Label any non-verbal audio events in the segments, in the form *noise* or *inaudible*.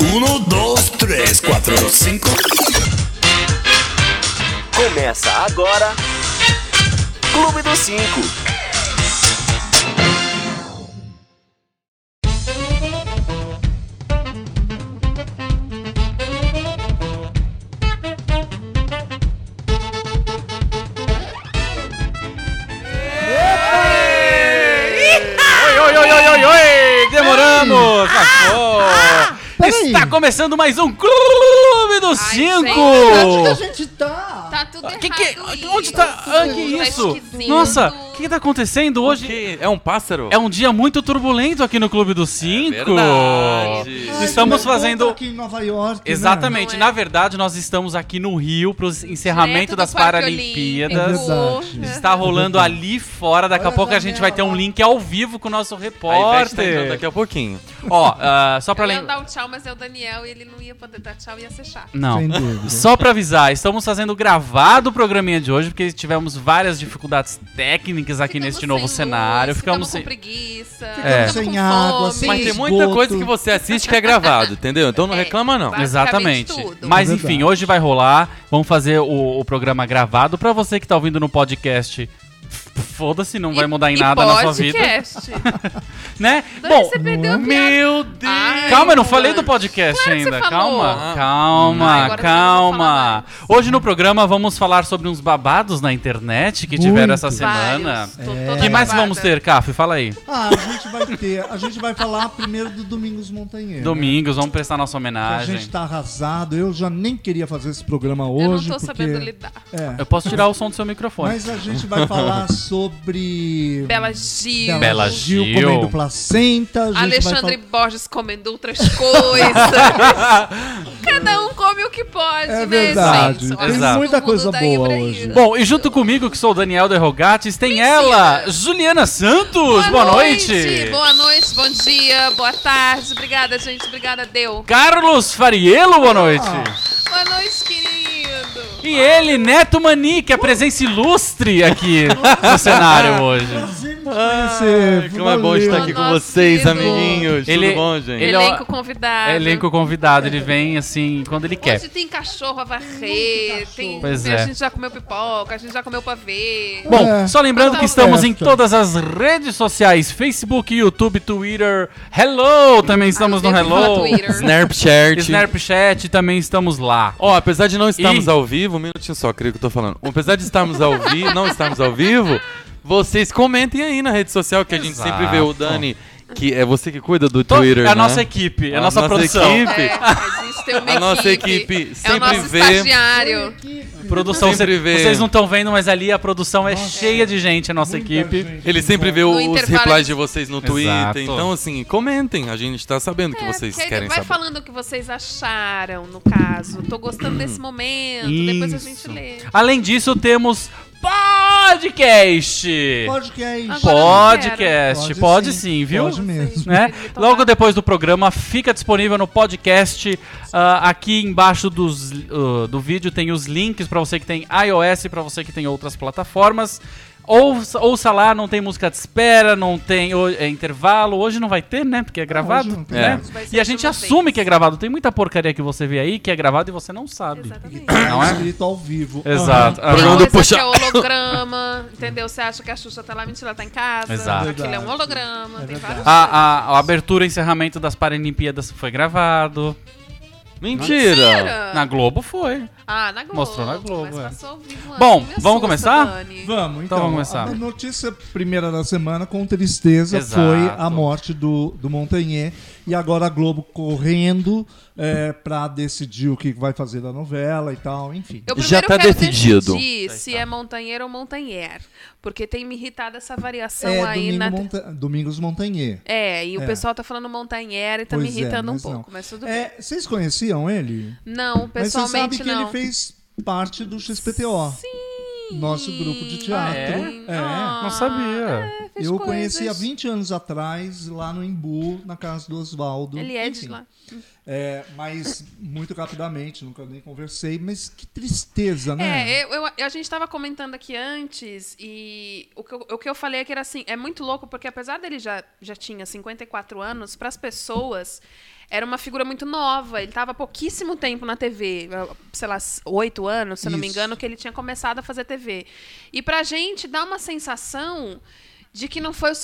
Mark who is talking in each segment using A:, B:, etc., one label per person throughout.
A: Um, dois, três, quatro, cinco.
B: Começa agora. Clube dos Cinco.
C: Oi, oi, oi, oi, oi, oi! Demoramos! Ah,
D: peraí.
C: Está começando mais um Clube dos
E: Ai,
D: Onde que a
C: Cinco!
D: gente tá?
E: Tá tudo errado.
C: Ah, Que que,
E: isso.
C: onde tá? Ah, que
E: Tá
C: isso?
E: esquisito.
C: Nossa, o que, que tá acontecendo hoje?
F: É um pássaro?
C: É um dia muito turbulento aqui no Clube dos Cinco.
F: verdade.
D: Ai,
C: Estamos
D: como é bom
C: fazendo-
D: tá aqui em Nova York. né?
C: Exatamente.
E: Não é.
C: Na verdade, nós estamos aqui no Rio para o
E: Direto
C: encerramento
E: do
C: das
E: Parque
D: É
C: Paralimpíadas.
D: verdade.
E: Olímpico.
C: Está rolando ali fora. Daqui a
D: Olha
C: pouco
D: a
C: a gente vai ter um
D: janela.
C: link ao vivo com o nosso
F: A Ivete tá entrando
C: repórter.
F: daqui a pouquinho.
C: Ó, ah, só para
E: Eu ia
C: lembrar.
E: dar o tchau, mas é o Daniel e ele não ia poder dar tchau, ia ser chato.
C: Não.
D: Sem dúvida.
C: Só pra avisar, estamos fazendo gravado o programinha de hoje, porque tivemos várias dificuldades técnicas aqui
E: Ficamos
C: neste novo
E: sem
C: cenário.
E: luz,
C: ficamos
E: com
C: sem. É.
E: preguiça.
D: Ficamos sem
E: com
D: água,
E: fome.
D: sem
F: Mas tem
D: Esgoto.
F: muita coisa que você assiste que é gravado, entendeu? Então não
E: É.
F: reclama, não.
E: Vai.
C: Exatamente.
E: *laughs* basicamente tudo.
C: Mas
D: É
C: enfim,
D: verdade.
C: hoje vai rolar. Vamos fazer o, o programa gravado. Pra você que tá ouvindo no podcast, foda-se, não vai mudar em
E: E- é.
C: nada
E: e
C: na sua vida. *laughs*
E: podcast.
C: Né?
E: Daí
C: Bom,
E: você perdeu a piada.
C: meu Deus.
E: Ai,
C: calma, eu não
E: Luan.
C: falei do podcast
E: Claro que
C: ainda.
E: você falou.
C: Calma,
F: Ah.
C: calma,
E: Ai, agora você não
C: calma.
E: vai falar mais.
C: Hoje no programa vamos falar sobre uns babados na internet que tiveram essa
D: Muito.
C: semana.
E: Vários. Tô
D: É.
E: toda
C: O que mais
E: babada.
C: vamos ter, Caf? Fala aí.
D: Ah, a gente vai ter. A gente vai falar primeiro do Domingos Montanheiro.
C: Domingos, vamos prestar nossa
D: A
C: homenagem.
D: gente tá arrasado. Eu já nem queria fazer esse programa
E: Eu não
D: hoje.
E: tô
D: porque...
E: sabendo lidar.
D: É.
C: Eu posso tirar o som do seu microfone.
D: Mas a gente vai falar sobre.
E: Bela Gil.
D: Bela,
C: Bela
D: Gil,
C: Gil.
D: comendo placenta. A gente
E: Alexandre
D: vai falar...
E: Borges comendo outras
D: *laughs*
E: coisas. Cada um come o que pode,
D: É
E: né,
D: verdade.
E: gente?
D: Tem
E: Olha,
D: muita
E: o mundo
D: coisa
E: tá indo
D: boa
E: pra
D: hoje.
E: isso.
C: Bom, e junto comigo, que sou o Daniel Derrogates, tem
E: Priscila.
C: ela, Juliana Santos. Boa, noite.
E: Boa noite, bom dia, boa tarde. Obrigada, gente. Obrigada, deu.
C: Carlos Fariello,
D: Ah.
C: boa noite.
E: Boa noite, querido.
C: E ele, Neto Mani, que é presença ilustre aqui no cenário hoje.
D: Prazer em te conhecer.
F: Como é bom
D: Valeu.
F: estar aqui
E: Nossa,
F: com vocês,
E: querido.
F: amiguinhos.
C: Ele-
F: Tudo bom, gente?
C: ele-
E: Elenco
C: ó,
E: convidado.
C: É elenco convidado, ele vem assim quando ele quer.
E: Hoje tem cachorro a varrer, tem,
C: Pois
E: a
C: é.
E: gente já comeu pipoca, a gente já comeu pavê.
C: Bom,
D: É.
C: só lembrando que estamos em
D: Festa.
C: todas as redes sociais: Facebook, YouTube, Twitter. Hello! Também estamos
E: Ah,
C: no
E: eu sempre falo
C: Hello.
E: Twitter.
F: Snapchat.
C: Snapchat, também estamos lá.
F: Ó, apesar de não estarmos
C: E-
F: ao vivo, um minutinho só, creio que eu tô falando. Apesar de estarmos ao
E: *laughs*
F: vivo, não estarmos ao vivo, vocês comentem aí na rede social que a gente
C: Exato.
F: sempre vê o Dani, que é você que cuida do
C: To-
F: Twitter,
C: é a
F: né?
C: nossa equipe, é a
F: A
C: nossa,
F: nossa
C: produção.
F: equipe.
E: É, a gente tem uma
F: A nossa equipe
E: é o
F: sempre
E: nosso
F: vê-
E: estagiário.
C: Produção,
F: Sempre
C: cê-
F: vê.
C: vocês não estão vendo, mas ali a produção é cheia de gente, a nossa equipe.
F: Ele sempre vê
E: No
F: os
E: intervalo
F: replies de
E: de-
F: vocês no
C: Exato.
F: Twitter. Então, assim, comentem. A gente tá sabendo o que vocês
E: É, porque aí
F: querem
E: vai
F: saber.
E: falando o que vocês acharam, no caso. Tô gostando desse momento, depois a gente
C: Hum. Isso.
E: lê.
C: Além disso, temos podcast.
D: Podcast.
E: Agora-
C: Podcast,
D: Pode
C: pode
D: sim.
C: sim, viu?
D: Pode mesmo.
C: né?
E: Ele tomar.
C: Logo depois do programa, fica disponível no podcast. Ah, aqui embaixo dos, ah, do vídeo tem os links pra você que tem iOS, pra você que tem outras plataformas. Ouça, ouça lá, não tem música de espera, não tem ho- é, intervalo. Hoje não vai ter, né? Porque é gravado.
D: hoje não tem.
C: né?
E: Vai ser
C: E a
E: de
C: gente
E: uma
C: assume
E: vez.
C: que é gravado. Tem muita porcaria que você vê aí que é gravado e você não sabe.
D: *coughs*
E: Exatamente.
C: Não é?
D: Escrito um ao vivo.
C: Exato.
D: Aham.
E: Tem
F: Programa do
E: coisa
F: Puxa-
E: que é holograma, entendeu? Você acha que a Xuxa tá lá, mentira, ela tá em casa.
C: Exato. Ah,
E: Aquilo é um holograma, tem vários.
C: A, a- a abertura e encerramento das Paralimpíadas foi gravado.
F: Mentira!
C: Na Globo foi.
E: Ah, na Globo.
C: Mostrou na Globo,
E: Mas
C: é.
E: passou ao vivo antes,
C: Bom,
E: me assusta,
C: vamos começar?
E: Dani.
D: Vamos, então.
C: Então vamos começar.
D: A notícia primeira da semana, com tristeza,
C: Exato.
D: foi a morte do, do Montagnier. E agora a Globo correndo é, pra decidir o que vai fazer da novela e tal, enfim.
E: Eu
F: Já
E: primeiro
F: tá
E: quero
F: decidido.
E: decidir se é montanheiro ou montanher. Porque tem me irritado essa variação
D: É
E: Então aí
D: Domingo
E: na.
D: Monta- Domingos Montagnier.
E: É, e o
D: É.
E: pessoal tá falando montanheiro e tá me
D: Pois é,
E: irritando um
D: mas não.
E: pouco, mas tudo bem.
D: É, vocês conheciam ele?
E: Não,
D: Mas
E: pessoalmente
D: você sabe que
E: não.
D: ele fez parte do XPTO.
E: Sim.
D: Nosso grupo de teatro.
E: Ah,
D: É.
C: Não sabia.
E: é, fez
D: Eu
E: coisas.
D: conheci há 20 anos atrás, lá no Embu, na casa do Oswaldo.
E: Ele é de
D: Enfim,
E: lá.
D: é, mas muito rapidamente, nunca nem conversei. Mas que tristeza, né?
E: É, eu, eu- a gente tava comentando aqui antes e o que, eu, o que eu falei é que era assim, é muito louco porque apesar dele já, já tinha 54 anos, para as pessoas era uma figura muito nova. Ele tava há pouquíssimo tempo na TV, sei lá, oito anos, se eu não me
D: Isso.
E: engano, que ele tinha começado a fazer TV. E pra gente dá uma sensação de que não foi o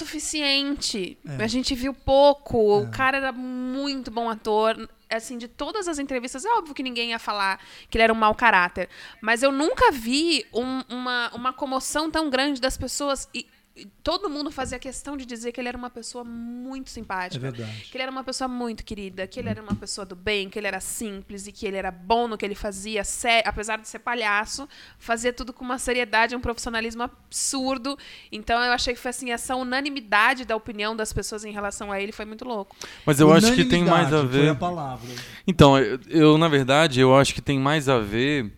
E: suficiente.
D: É.
E: A gente viu pouco. O cara era muito bom ator. Assim, de todas as entrevistas, é óbvio que ninguém ia falar que ele era um mau caráter. Mas eu nunca vi um- uma, uma comoção tão grande das pessoas. E, e todo mundo fazia questão de dizer que ele era uma pessoa muito
D: É
E: simpática.
D: verdade.
E: Que ele era uma pessoa muito querida, que ele
F: Hum.
E: era uma pessoa do bem, que ele era simples e que ele era bom no que ele fazia, sé- apesar de ser palhaço, fazia tudo com uma seriedade, um profissionalismo absurdo. Então eu achei que foi assim, essa unanimidade da opinião das pessoas em relação a ele foi muito louco.
F: Mas eu acho que tem mais a
D: Unanimidade Foi
F: ver.
D: a palavra.
F: Então, eu, eu, na verdade, eu acho que tem mais a ver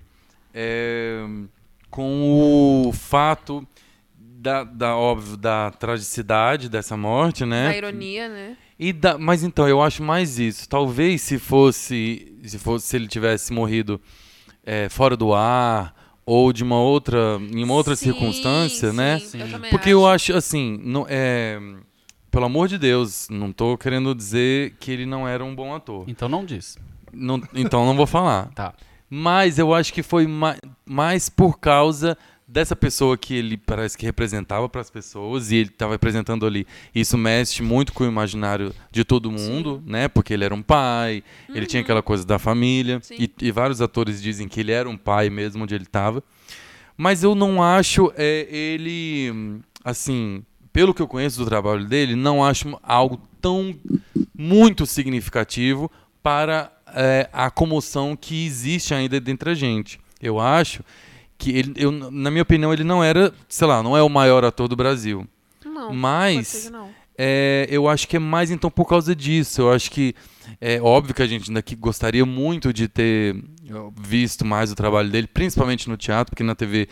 F: é, com o fato da, da, óbvio, da tragicidade dessa morte, né?
E: A ironia, né?
F: E da- mas então, eu acho mais isso. Talvez se fosse. Se, fosse, se ele tivesse morrido é, fora do ar ou de uma outra. em uma outra
E: Sim,
F: circunstância,
E: sim,
F: né?
E: Eu também
F: Porque
E: acho.
F: eu acho assim, não, é, pelo amor de Deus, não tô querendo dizer que ele não era um bom ator.
C: Então não diz.
F: Não- então não vou falar.
C: Tá.
F: Mas eu acho que foi ma- mais por causa dessa pessoa que ele parece que representava para as pessoas e ele estava representando ali. Isso mexe muito com o imaginário de todo mundo, né? Porque ele era um pai, ele tinha aquela coisa da família
E: Sim.
F: e, e vários atores dizem que ele era um pai mesmo onde ele estava. Mas eu não acho é, ele assim, pelo que eu conheço do trabalho dele, não acho algo tão muito significativo para é, a comoção que existe ainda dentro da gente. Eu acho que ele, eu, na minha opinião, ele não era, sei lá, não é o maior ator do Brasil.
E: Não,
F: Mas-
E: pode ser que não.
F: É, eu acho que é mais então por causa disso. Eu acho que é óbvio que a gente ainda que gostaria muito de ter ó, visto mais o trabalho dele, principalmente no teatro, porque na TV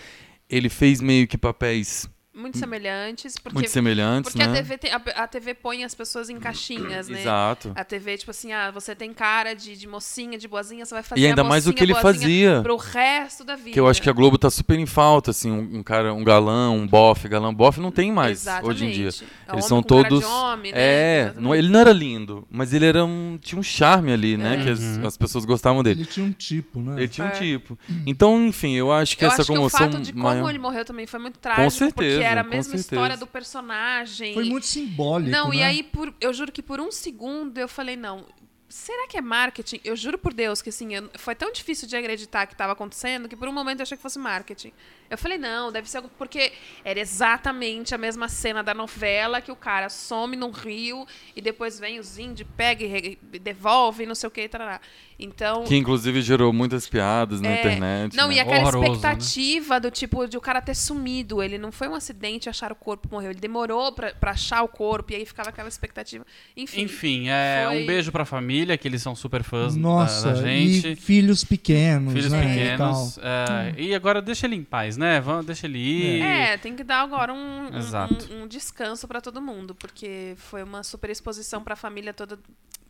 F: ele fez meio que papéis
E: Muito semelhantes, porque,
F: muito Hum. semelhantes,
E: porque
F: né? Hum,
E: a, TV tem- a- a TV põe as pessoas em caixinhas, né?
F: Exato.
E: A TV, tipo assim, ah, você tem cara de, de mocinha, de boazinha, você vai fazer
F: E ainda
E: a
F: mais o
E: mocinha
F: que ele
E: boazinha
F: fazia.
E: Pro resto da vida.
F: Que eu acho que a Globo tá super em falta, assim, um, um cara, um galã, um bofe, galã, bofe, não tem mais
E: Exatamente.
F: hoje em dia.
E: É
F: Eles
E: homem
F: são
E: com cara de
F: todos.
E: homem, né?
F: É,
E: Exatamente.
F: não, ele não era lindo, mas ele era um. tinha um charme ali, né? Que as, as pessoas gostavam dele.
D: Ele tinha um tipo, né?
F: Ele tinha um
E: É.
F: tipo. Então, enfim, eu acho que
E: eu
F: essa
E: acho que o
F: comoção
E: fato de como
F: maior.
E: ele morreu também foi muito trágico,
F: certeza,
E: porque era a
F: com
E: mesma
F: certeza.
E: história do personagem.
D: Foi muito simbólico.
E: Não, e
D: né?
E: aí por, eu juro que por um segundo eu falei, não, será que é marketing? Eu juro por Deus que assim, eu- foi tão difícil de acreditar que estava acontecendo que por um momento eu achei que fosse marketing. Eu falei, não, deve ser algum- porque era exatamente a mesma cena da novela que o cara some num rio e depois vem os índios, pega e re- e devolve, e não sei o que, tarará. Então,
F: Que inclusive gerou muitas piadas na
E: é,
F: internet.
E: Não,
F: né?
E: e aquela
C: Horroroso, né?
E: expectativa do tipo de o cara ter sumido. Ele não foi um acidente achar o corpo, morreu. Ele demorou pra, pra achar o corpo e aí ficava aquela expectativa. Enfim.
C: Enfim, é,
E: Foi-
C: um beijo pra família, que eles são super fãs da-
D: Nossa,
C: da, gente.
D: e filhos pequenos,
C: Filhos
D: né? E
C: pequenos.
D: tal.
C: é, E agora deixa ele em paz, né? Vamos, deixa ele ir.
E: É, tem que dar agora um, um-
C: Exato.
E: um- um descanso pra todo mundo, porque foi uma super exposição pra família toda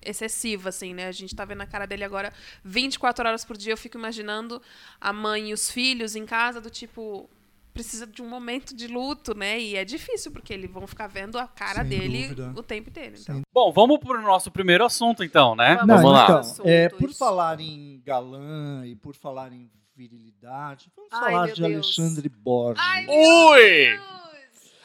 E: excessiva, assim, né? A gente tá vendo a cara dele agora 24 horas por dia. Eu fico imaginando a mãe e os filhos em casa, do tipo. Precisa de um momento de luto, né? E é difícil, porque eles vão ficar vendo a cara
D: Sem
E: dele
D: dúvida.
E: o tempo inteiro. Então.
C: Bom, vamos pro nosso primeiro assunto, então, né?
E: Vamos.
D: Não,
E: Vamos lá.
D: Então, é, por
E: Assuntos.
D: falar em galã e por falar em virilidade, vamos
E: Ai,
D: falar
E: meu
D: de
E: Deus.
D: Alexandre Borges.
E: Ai,
C: Ui!
E: Ai,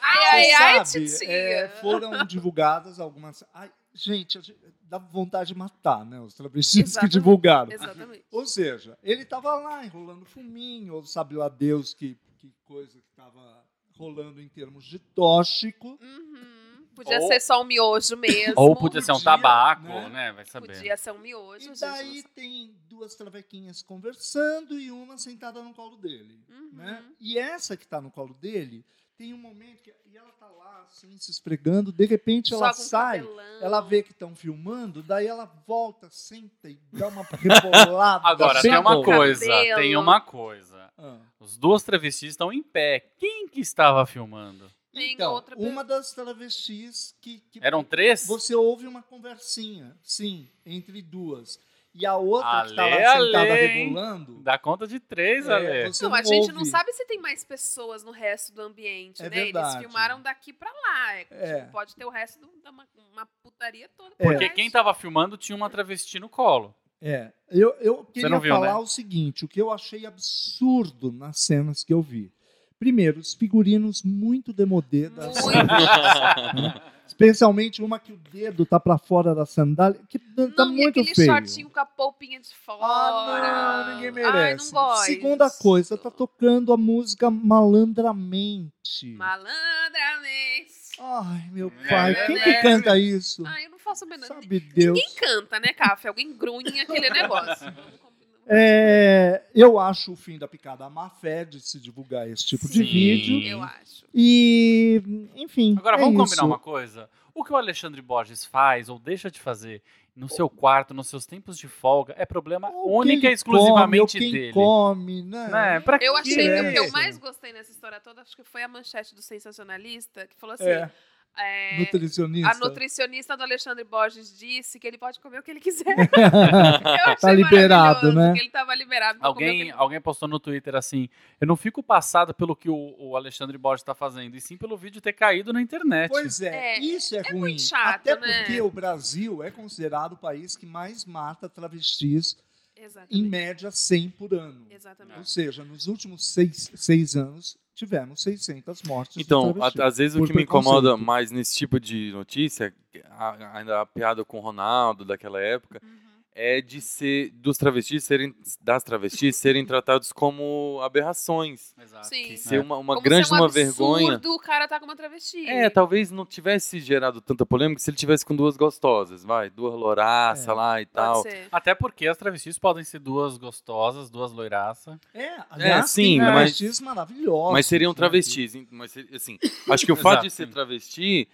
E: ai, ai,
D: Você sabe,
E: titia.
D: é, foram divulgadas algumas. Ai, gente, a gente- dá vontade de matar, né? Os travestis
E: Exatamente.
D: que divulgaram.
E: Exatamente.
D: Ou seja, ele estava lá enrolando fuminho, ou sabe lá Deus que, que coisa que estava rolando em termos de tóxico.
E: Uhum. Podia
C: Ou-
E: ser só um miojo mesmo.
C: Ou podia ser um
D: Podia,
C: tabaco,
D: né?
C: né? Vai saber.
E: Podia ser um miojo.
D: E
E: gente,
D: daí
E: não
D: tem duas travequinhas conversando e uma sentada no colo dele.
E: Uhum.
D: Né? E essa que tá no colo dele tem um momento que e ela tá lá assim se esfregando, de repente
E: sei.
D: ela
E: Só com
D: sai,
E: cabelão.
D: ela vê que estão filmando, daí ela volta, senta e dá uma rebolada.
C: *laughs* Agora,
D: bem
C: tem uma
D: boa.
C: coisa.
E: Tá Cabelo.
C: Tem uma coisa.
D: Ah.
C: Os dois travestis estão em pé. Quem que estava filmando?
E: Tem
D: Então,
E: outra
D: uma das travestis que, que
C: Eram três?
D: você ouve uma conversinha, sim, entre duas. e a outra que tá
C: Ale,
D: lá sentada
C: ale, hein?
D: regulando.
C: Dá conta de três,
D: é,
C: Ale.
D: você
E: Não, a gente não
D: ouve.
E: sabe se tem mais pessoas no resto do ambiente,
D: É
E: né?
D: verdade.
E: Eles filmaram daqui pra lá. É,
D: É.
E: tipo, pode ter o resto do- da uma, uma putaria toda. por
C: Porque
E: trás.
C: quem tá tava filmando tinha uma travesti no colo.
D: É, eu, eu queria
C: não viu,
D: falar
C: né?
D: o seguinte, o que eu achei absurdo nas cenas que eu vi. Primeiro, os figurinos muito demodê das
E: *laughs* Muito.
D: Especialmente uma que o dedo tá pra fora da sandália, que tá tá
E: não, e
D: muito
E: aquele
D: feio.
E: shortinho com a polpinha de fora.
D: Ah, não, ninguém merece.
E: Ai, não gosto.
D: Segunda coisa, tá tocando a música malandramente. Ah.
E: Malandramente.
D: Ai, meu pai,
E: É,
D: quem
E: né?
D: que canta isso?
E: Ai, eu não faço a menor
D: Sabe Deus.
E: Ninguém canta, né, Café? Alguém grunhe aquele negócio. Vamos combinar.
D: É, eu acho o fim da picada a má fé de se divulgar esse tipo de
E: Sim.
D: vídeo.
E: Eu acho.
D: E, enfim.
C: Agora,
D: é
C: vamos
D: isso.
C: combinar uma coisa? O que o Alexandre Borges faz ou deixa de fazer no seu quarto, nos seus tempos de folga, é problema
D: Ou
C: única
D: quem
C: e exclusivamente
D: come, ou quem
C: dele.
D: come, né?
C: Né? Pra *laughs*
E: Eu
C: quê?
E: achei que o que eu
D: isso?
E: mais gostei nessa história toda, acho que foi a manchete do sensacionalista, que falou assim:
D: É,
E: é,
D: nutricionista.
E: a
D: *laughs*
E: nutricionista do Alexandre Borges disse que ele pode comer o que
D: *laughs*
E: ele quiser. Eu achei
D: Tá liberado,
E: maravilhoso
D: né?
E: que Ele tava liberado pra comer o que
C: Alguém,
E: ele
C: alguém postou no Twitter assim: Eu não fico passado pelo que o, o Alexandre Borges está fazendo, e sim pelo vídeo ter caído na internet.
D: Pois é,
E: É,
D: isso é, ruim.
E: muito chato,
D: Até
E: né?
D: porque o Brasil é considerado o país que mais mata travestis, em
E: Exatamente.
D: média 100 por ano. Ou
E: Exatamente.
D: seja, nos últimos seis, seis anos, tivemos 600 mortes de
F: Então,
D: travestis.
F: a- às vezes o
D: Por
F: que me incomoda
D: preconceito.
F: mais nesse tipo de notícia, a- ainda a piada com o Ronaldo daquela época,
E: Uhum.
F: é de ser dos travestis serem das travestis serem tratados como aberrações,
C: Exato. Né?
E: Sim.
F: que ser uma, uma
E: Como
F: grande
E: se é um
F: uma
E: absurdo
F: vergonha.
E: o cara tá com uma travesti.
F: É, talvez não tivesse gerado tanta polêmica se ele tivesse com duas gostosas, vai, duas louraça
D: É.
F: lá e
E: Pode
F: tal.
E: ser.
C: Até porque as travestis podem ser duas gostosas, duas loiraças.
D: É, aliás,
F: sim,
D: tem
F: mas-
D: travestis maravilhosos.
F: Mas seriam
D: né?
F: travestis, hein? mas ser- assim, acho que o fato
C: Exato,
F: de ser
C: sim.
F: travesti,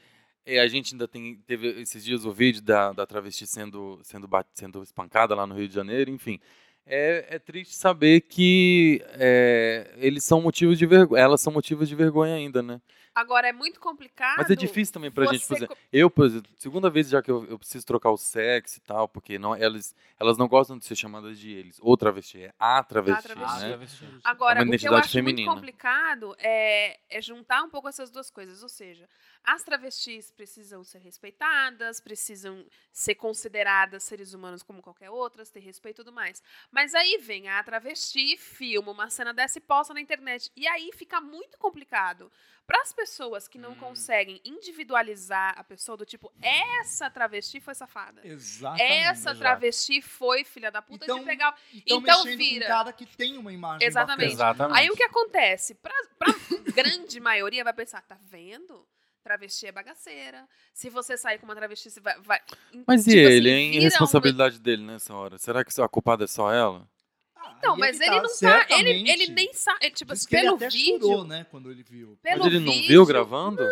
F: é, a gente ainda tem, teve esses dias o vídeo da, da travesti sendo, sendo, bat- sendo espancada lá no Rio de Janeiro, enfim. É, é triste saber que é, eles são motivos de vergonha, elas são motivos de vergonha ainda, né?
E: Agora, é muito complicado.
F: Mas é difícil também pra gente,
E: você
F: por exemplo,
E: co-
F: eu, por exemplo, segunda vez já que eu, eu preciso trocar o sexo e tal, porque não, elas, elas não gostam de ser chamadas de eles, ou travesti, é a travesti,
D: Ah,
E: travesti.
F: né?
C: travesti.
E: Agora,
F: É uma
E: o que eu
F: identidade
E: acho
F: feminina.
E: muito complicado é, é juntar um pouco essas duas coisas. Ou seja, as travestis precisam ser respeitadas, precisam ser consideradas seres humanos como qualquer outras, ter respeito e tudo mais. Mas aí vem a travesti, filma uma cena dessa e posta na internet. E aí fica muito complicado. Para as pessoas que não
C: Hum.
E: conseguem individualizar a pessoa do tipo, essa travesti foi safada.
D: Exatamente.
E: Essa
C: exato.
E: travesti foi filha da puta
D: Então,
E: de pegar
D: Então,
E: então
D: mexendo
E: vira.
D: com um cara que tem uma imagem
E: Exatamente.
D: bacana.
C: Exatamente.
E: Aí o que acontece? Pra, pra *laughs* grande maioria vai pensar, tá vendo? Travesti é bagaceira. Se você sair com uma travesti, você vai. vai-
F: Mas e
E: tipo assim,
F: ele, hein?
E: vira um-
F: Responsabilidade dele nessa hora. Será que a culpada é só ela?
D: Ah,
E: Então,
D: aí
E: mas
D: que
E: ele não tá.
D: certamente.
E: Ele, ele nem sabe. Tipo,
D: Diz que ele
E: pelo
D: até
E: vídeo.
D: chorou, né, quando ele viu.
E: Pelo
F: Mas ele não
E: vídeo,
F: viu gravando?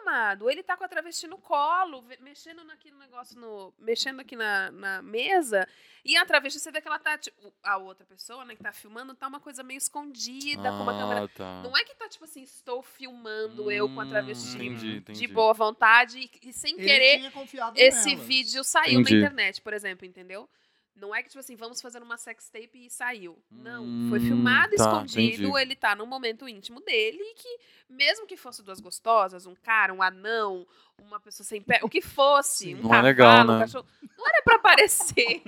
E: amado, ele tá com a travesti no colo, ve- mexendo aqui no negócio, no, mexendo aqui na, na mesa, e a travesti, você vê que ela tá, tipo, a outra pessoa, né, que tá filmando, tá uma coisa meio escondida, com uma câmera
F: Ah, tá.
E: Não é que tá tipo assim, estou filmando eu com a
F: Hum,
E: travesti
F: Entendi,
E: de
F: entendi.
E: boa vontade e, e sem
D: Ele
E: querer
D: tinha confiado
E: esse
D: nelas.
E: vídeo saiu
F: Entendi.
E: na internet, por exemplo, entendeu? Não é que tipo assim, vamos fazer uma sex tape e saiu. Não, foi
F: Hum,
E: filmado
F: tá,
E: escondido,
F: entendi.
E: ele tá num momento íntimo dele e que mesmo que fosse duas gostosas, um cara, um anão, uma pessoa sem pé, o que fosse, um
F: Não é
E: cavalo,
F: legal, né?
E: um cachorro, não era
F: *laughs*
E: pra aparecer.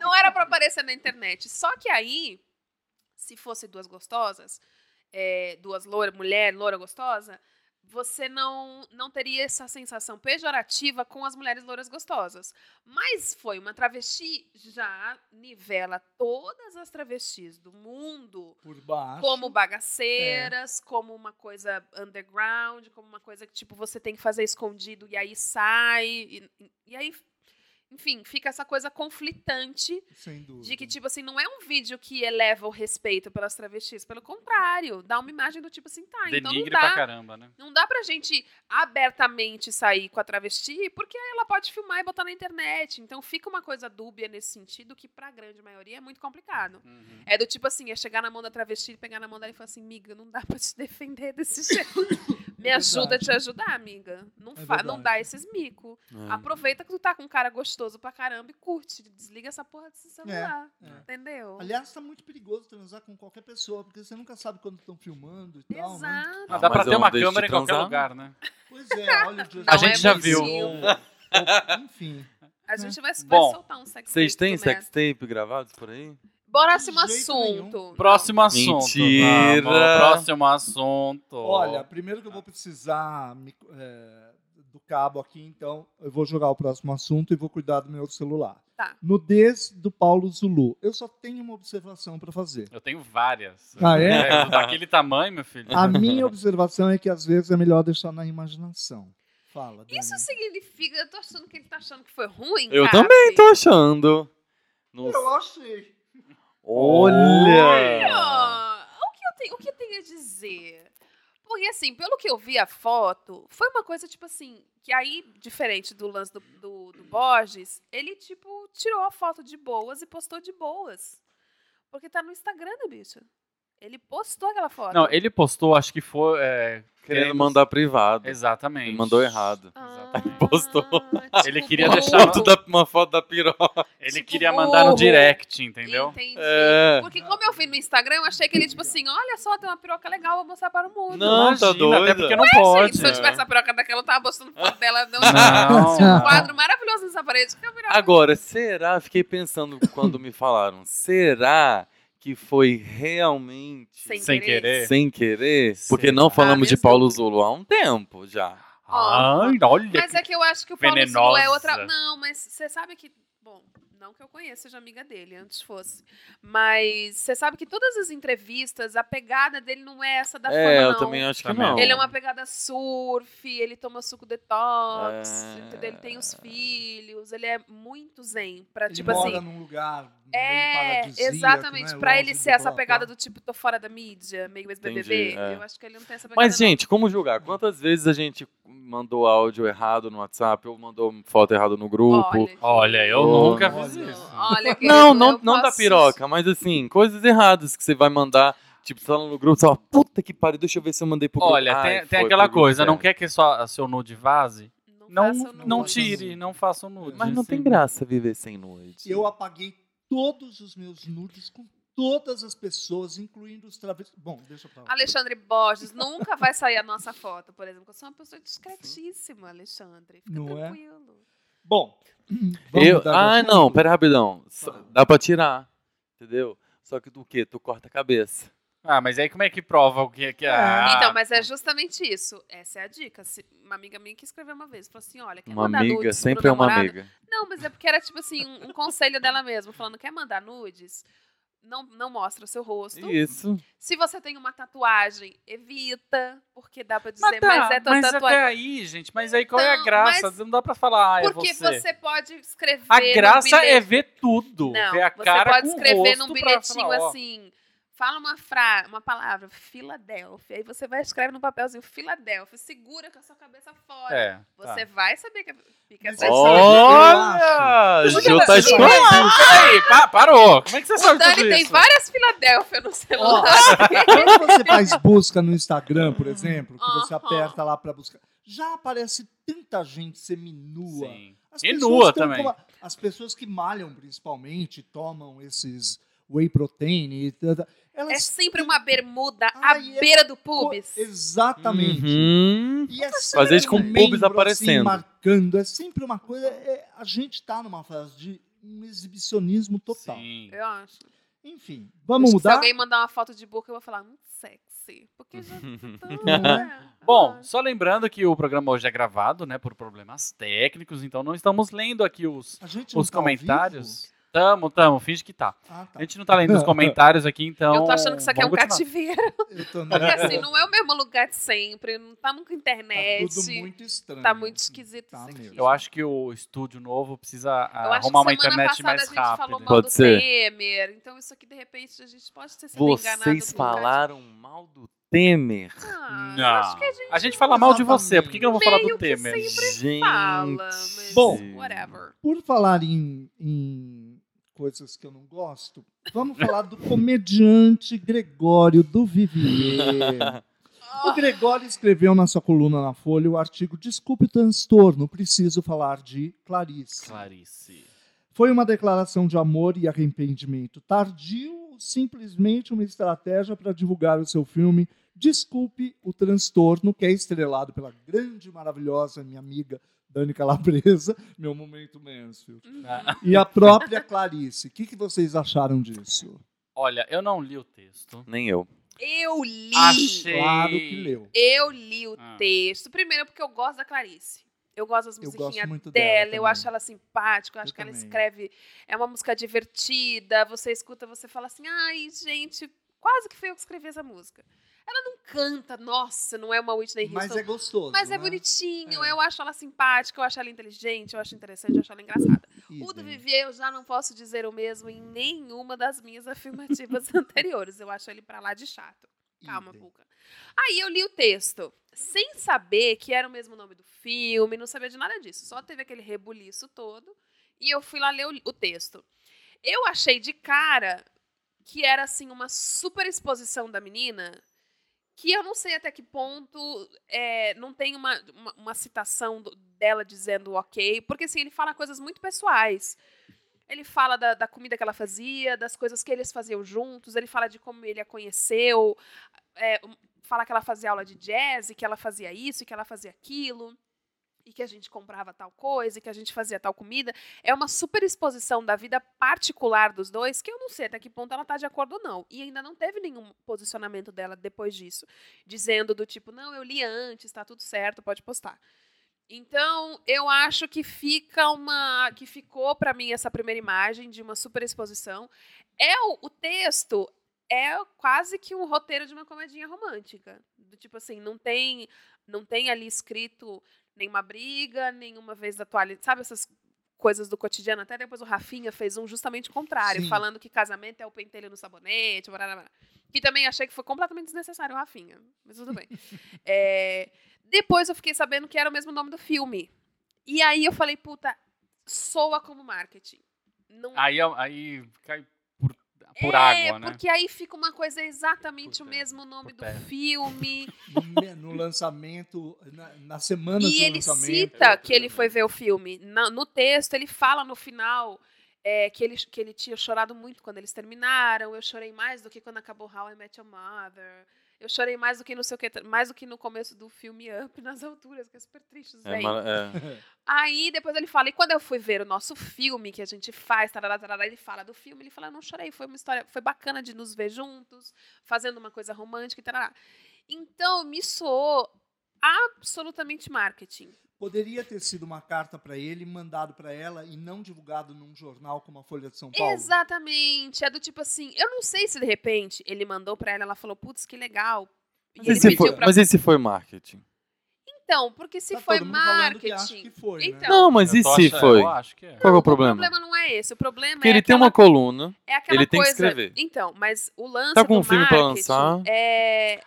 E: não era pra aparecer na internet. Só que aí, se fosse duas gostosas, é, duas loura, mulher, loura gostosa, você não, não teria essa sensação pejorativa com as mulheres louras gostosas. Mas foi uma travesti, já nivela todas as travestis do mundo
D: Por baixo.
C: É.
E: como bagaceiras, como uma coisa underground, como uma coisa que, tipo, você tem que fazer escondido e aí sai. E, e aí, enfim, fica essa coisa conflitante
D: Sem dúvida.
E: de que,
C: Uhum.
E: tipo assim, não é um vídeo que eleva o respeito pelas travestis. Pelo contrário, dá uma imagem do tipo assim, tá, então não
C: Denigre pra
E: dá.
C: caramba, né?
E: Não dá pra gente abertamente sair com a travesti, porque ela pode filmar e botar na internet. Então fica uma coisa dúbia nesse sentido, que pra grande maioria é muito complicado. É *laughs* do tipo assim, é chegar na mão da travesti, pegar na mão dela e falar assim, miga, não dá pra te defender desse jeito. Me ajuda a te ajudar, amiga. Não, fa-
D: verdade.
E: não dá esses mico.
F: É.
E: Aproveita que tu tá com um cara gostoso pra caramba e curte. Desliga essa porra desse celular.
D: É, é.
E: Entendeu?
D: Aliás, tá muito perigoso transar com qualquer pessoa, porque você nunca sabe quando estão filmando e tal. né?
E: Exato.
C: Ah, dá
F: mas
C: pra
F: eu
C: ter
F: não
C: uma
F: deixo de
C: câmera em qualquer
F: transar.
C: lugar, né?
D: Pois é, olha o
C: *laughs*
E: Não
C: a
E: é
C: gente já viu.
E: possível.
D: Enfim.
E: A
D: É.
E: gente vai, vai
C: Bom,
E: soltar um sex
F: Vocês
E: tape
F: têm
E: do Neto.
F: sex tape gravados por aí?
E: Próximo
D: De jeito
E: assunto.
C: Próximo assunto.
F: Mentira.
C: Vamos, Próximo assunto.
D: Olha, primeiro que eu vou precisar me- é, do cabo aqui, então eu vou jogar o próximo assunto e vou cuidar do meu celular.
E: Tá.
D: Nudez do Paulo Zulu. Eu só tenho uma observação para fazer.
C: Eu tenho várias.
D: Ah, é? Ah,
C: daquele tamanho, meu filho. *laughs*
D: A minha observação é que às vezes é melhor deixar na imaginação. Fala. Dani.
E: Isso significa. Eu tô achando que ele tá achando que foi ruim.
F: Uhum. Eu
E: Cap.
F: também tô achando. Nossa.
D: achei.
F: Olha!
E: Ó, O que, eu tenho, o que eu tenho a dizer? Porque, assim, pelo que eu vi a foto, foi uma coisa, tipo assim, que aí, diferente do lance do, do, do Borges, ele, tipo, tirou a foto de boas e postou de boas. Porque tá no Instagram, né, bicho? Ele postou aquela foto.
C: Não, ele postou, acho que foi. é,
F: Querendo mandar privado.
C: Exatamente.
F: Ele mandou errado.
C: Exatamente.
F: postou.
E: Ah,
C: Ele
E: tipo,
C: queria
E: burro.
C: deixar-
F: Foto da- uma foto da piroca.
C: Ele
E: Tipo,
C: queria mandar no
E: burro.
C: direct, entendeu?
E: Entendi.
F: É.
E: Porque como eu vi no Instagram, eu achei que ele, tipo assim, olha só, tem uma piroca legal, vou mostrar para o mundo.
F: Não, é. tá doido.
C: Até porque não
E: Mas,
C: pode.
E: gente, se eu tivesse a piroca daquela, eu tava postando foto dela. Não,
C: Não.
E: Tinha um *laughs* quadro maravilhoso nessa parede. Que é eu virava-
F: Agora, será? Fiquei pensando quando me falaram. Será que foi realmente
E: Sem,
C: Sem
E: querer.
C: querer.
F: sem querer?
C: Será
F: Porque não falamos de
E: Ah, mesmo?
F: Paulo Zulu há um tempo já.
C: Ai, olha.
E: Mas é que eu acho que o Paulo
C: venenosa.
E: Zulu é outra... Não, mas você sabe que... Bom, não que eu conheça, seja amiga dele, antes fosse. Mas você sabe que todas as entrevistas, a pegada dele não é essa da
F: é,
E: fama,
F: eu
E: não.
F: também acho que
C: Também.
F: não.
E: Ele é uma pegada surf, ele toma suco detox,
F: É.
E: entendeu? Ele tem os filhos, ele é muito zen. Pra,
D: Ele
E: tipo
D: mora
E: assim,
D: num lugar
E: É,
D: né?
E: exatamente. pra ele ser essa pegada do tipo, tô fora da mídia, meio ex-BBB,
F: Entendi, é.
E: eu acho que ele não tem essa pegada.
F: Mas, gente, como julgar? Quantas vezes a gente mandou áudio errado no WhatsApp ou mandou foto errada no
E: não.
F: grupo?
E: Olha,
C: Olha, eu
F: Oh,
C: nunca
D: olha.
C: fiz isso.
E: Olha,
F: Não,
E: querido,
F: não,
E: eu
F: não da
E: posso-
F: piroca, mas assim, coisas erradas que você vai mandar, tipo, você tá lá no grupo, você fala, puta que pariu, deixa eu ver se eu mandei pro grupo.
C: Olha,
F: Ai,
C: tem, tem
F: foi
C: aquela
F: pro grupo
C: coisa, não
F: certo.
C: quer que sua, seu nude vaze? Não,
E: faça o
C: não,
E: nude.
D: te-
C: tire, não faça o nude.
F: Mas não
C: assim.
F: tem graça viver sem noite.
D: Eu apaguei todos os meus nudes com todas as pessoas, incluindo os travestis. Bom, deixa eu falar.
E: Alexandre Borges nunca vai sair a nossa foto, por exemplo. Eu sou uma pessoa discretíssima, Alexandre. Fica
D: Não é?
E: tranquilo.
D: Bom, *clears throat*
F: Eu-
D: dar-
F: Ah, não, pera rapidão. Só- Dá pra tirar, entendeu? Só que do quê? Tu corta a cabeça.
C: Ah, mas aí como é que prova o que que é? Ah,
E: Então, mas é justamente isso. Essa é a dica. Se- uma amiga minha que escreveu uma vez, falou assim, olha, quer
F: Uma
E: mandar
F: amiga
E: nudes pro
F: sempre é uma
E: namorado?
F: amiga.
E: Não, mas é porque era tipo assim, um, um conselho dela mesma, falando, quer mandar nudes? Não, não mostra o seu rosto.
F: Isso.
E: Se você tem uma tatuagem, evita, porque dá pra dizer,
C: Mas,
E: mas,
C: tá,
E: é tua
C: mas
E: tatuagem.
C: até aí, gente, mas aí qual é a
E: Então,
C: graça?
E: mas-
C: não dá pra falar, ah, é
E: porque
C: você.
E: você. pode escrever
C: A
E: num
C: graça é
E: bilhete-
C: ver tudo,
E: Não,
C: ver a
E: você
C: cara
E: pode
C: com o
E: escrever
C: rosto
E: num
C: pra
E: bilhetinho
C: falar, ó.
E: assim, fala uma fra uma palavra, Filadélfia, aí você vai escrever num papelzinho Filadélfia, segura com a sua cabeça fora.
C: É, tá.
E: Você vai saber que é que é
D: Mas
E: sua-
D: é Olha,
F: Olha!
C: Mas
F: Ju
C: ela-
F: tá
C: Ju,
F: escolhendo.
C: Peraí, pa- parou. Como é que você
E: O
C: sabe
E: Dani
C: tudo
E: tem
C: isso?
E: várias Filadélfia no celular.
D: Quando você faz busca no Instagram, por exemplo, que você
E: Uhum. Aham.
D: aperta lá pra buscar, já aparece tanta gente seminua.
C: Sim.
D: As
C: E
D: pessoas
C: nua
D: tão
C: também.
D: com a- as pessoas que malham, principalmente, tomam esses whey protein e tanta- elas
E: *laughs* É sempre uma bermuda à
D: Ai, é-
E: beira do
D: Co-
E: pubis.
D: Exatamente.
F: Uhum.
D: E é sempre
F: Fazer isso com
D: um
F: pubis
D: membro, assim,
F: aparecendo.
D: marcando. É sempre uma coisa. é- a gente tá numa fase de um exibicionismo total.
C: Sim.
E: Eu acho.
D: Enfim, vamos
E: Acho que Se
D: mudar?
E: alguém mandar uma foto de boca, eu vou falar, muito sexy.
D: *laughs*
E: Porque já
D: Não
E: tá.
C: Bom, só lembrando que o programa hoje é gravado, né, por problemas técnicos, então não estamos lendo aqui os,
D: A gente não
C: os
D: tá ao
C: comentários. Tamo, tamo, finge que tá.
D: vivo? Ah, tá.
C: A gente não tá
D: *laughs*
C: lendo os comentários aqui, então.
E: eu tô achando que isso aqui é um
C: vamos continuar.
E: cativeiro.
D: Eu tô *laughs*
E: Porque assim, não *laughs* é o mesmo lugar de sempre, não tá nunca
D: Tá
E: internet.
D: tudo muito estranho.
E: tá muito esquisito
D: Tá
E: isso aqui.
D: mesmo.
C: Eu acho que o estúdio novo precisa ah,
E: Eu acho
C: arrumar uma
E: que semana
C: internet
E: passada
C: mais
E: a gente
C: rápida.
E: falou mal
F: Pode
E: do
F: ser.
E: Temer. Então isso aqui, de repente, a gente pode ter sido enganado.
F: Vocês
E: por um lugar de-
F: falaram mal do Temer.
E: Ah, eu acho
C: Não.
E: que a gente
C: A gente fala mal de você, por que, que eu não vou falar
E: Meio
C: do
E: que
C: Temer?
E: sim. Sempre
F: Gente.
E: fala, mas
D: Bom.
E: whatever.
D: Por falar em, em coisas que eu não gosto, vamos falar do comediante Gregório do Vivier. O Gregório escreveu na sua coluna na Folha o artigo Desculpe o transtorno, preciso falar de Clarice.
C: Clarice. *laughs*
D: Foi uma declaração de amor e arrependimento tardio ou simplesmente uma estratégia para divulgar o seu filme Desculpe o Transtorno, que é estrelado pela grande e maravilhosa minha amiga Dani Calabresa, *laughs* meu momento Mansfield,
C: Ah,
D: e a própria Clarice. O que, que vocês acharam disso?
C: olha, eu não li o texto.
F: Nem eu.
E: Eu li.
C: Achei.
D: Claro que leu.
E: Eu li o
C: Ah.
E: texto. Primeiro, porque eu gosto da Clarice. Eu gosto das
D: Eu gosto
E: musiquinhas
D: muito dela
E: dela, eu
D: também.
E: acho ela simpática, eu acho
D: Eu
E: que ela
D: também.
E: escreve. É uma música divertida, você escuta, você fala assim: ai, gente, quase que foi eu que escrevi essa música. Ela não canta, nossa, não é uma Whitney Houston.
D: Mas é gostoso.
E: Mas é
D: né?
E: bonitinho,
D: É.
E: eu acho ela simpática, eu acho ela inteligente, eu acho interessante, eu acho ela engraçada. O do
D: Idem.
E: Vivier eu já não posso dizer o mesmo em nenhuma das minhas *laughs* afirmativas anteriores. Eu acho ele pra lá de chato. Calma,
D: Idem.
E: Puca. Aí eu li o texto, sem saber que era o mesmo nome do filme, não sabia de nada disso. Só teve aquele rebuliço todo e eu fui lá ler o, o texto. Eu achei de cara que era assim uma super exposição da menina que eu não sei até que ponto é, não tem uma, uma, uma citação do- dela dizendo ok, porque assim, ele fala coisas muito pessoais. Ele fala da, da comida que ela fazia, das coisas que eles faziam juntos, ele fala de como ele a conheceu, é, um, fala que ela fazia aula de jazz, e que ela fazia isso, e que ela fazia aquilo, e que a gente comprava tal coisa, e que a gente fazia tal comida. É uma super exposição da vida particular dos dois, que eu não sei até que ponto ela tá de acordo ou não. E ainda não teve nenhum posicionamento dela depois disso, dizendo do tipo, não, eu li antes, tá tudo certo, pode postar. Então, eu acho que fica uma. que ficou pra mim essa primeira imagem de uma super exposição. É o, o texto é quase que um roteiro de uma comedinha romântica. Do tipo assim, não tem, não tem ali escrito nenhuma briga, nenhuma vez da toalha. Sabe essas coisas do cotidiano? Até depois o Rafinha fez um justamente contrário,
D: Sim.
E: falando que casamento é o pentelho no sabonete, blá, blá, blá. Que também achei que foi completamente desnecessário o Rafinha. Mas tudo bem. É, depois eu fiquei sabendo que era o mesmo nome do filme. E aí eu falei, puta, soa como marketing. Não
C: Aí, aí cai por, Ah, por
E: é,
C: água, né?
E: porque aí fica uma coisa exatamente
C: Por terra,
E: o mesmo nome
C: por
E: do
C: terra.
E: filme.
D: No lançamento, na, na semana
E: e
D: do
E: ele
D: lançamento.
E: cita que ele foi ver o filme. Na- no texto, ele fala no final é, que, ele, que ele tinha chorado muito quando eles terminaram. Eu chorei mais do que quando acabou How I Met Your Mother. Eu chorei mais do que não sei o que, mais do que no começo do filme Up nas alturas, que é super triste. isso daí.
F: é.
E: Aí depois ele fala, e quando eu fui ver o nosso filme que a gente faz, tarará, tarará, ele fala do filme, ele fala, não chorei, foi uma história, foi bacana de nos ver juntos, fazendo uma coisa romântica e tarará. Então, me soou absolutamente marketing.
D: Poderia ter sido uma carta para ele, mandado para ela e não divulgado num jornal como a Folha de São Paulo. Tá
E: Exatamente, é do tipo assim, eu não sei se de repente ele mandou pra ela, ela falou, putz, que legal. E
F: Mas
E: ele
F: esse,
E: pediu
F: foi,
E: pra...
F: mas esse foi marketing.
E: Então, porque se
D: Tá
E: foi
D: todo mundo falando que acha
E: marketing...
D: que foi, né?
E: Então,
F: Não, mas
C: Eu
F: e
C: tô
F: se
C: achando-
F: foi?
C: Eu
F: Qual
C: acho que é.
F: que é o
E: o
F: problema?
E: problema não é esse, o problema
F: Porque
E: é
F: ele tem
E: aquela
F: uma coluna.
E: É aquela
F: Ele tem que
E: coisa...
F: escrever.
E: Então, mas o lance
F: Tá com
E: do
F: um filme pra
E: marketing
F: lançar.
E: É,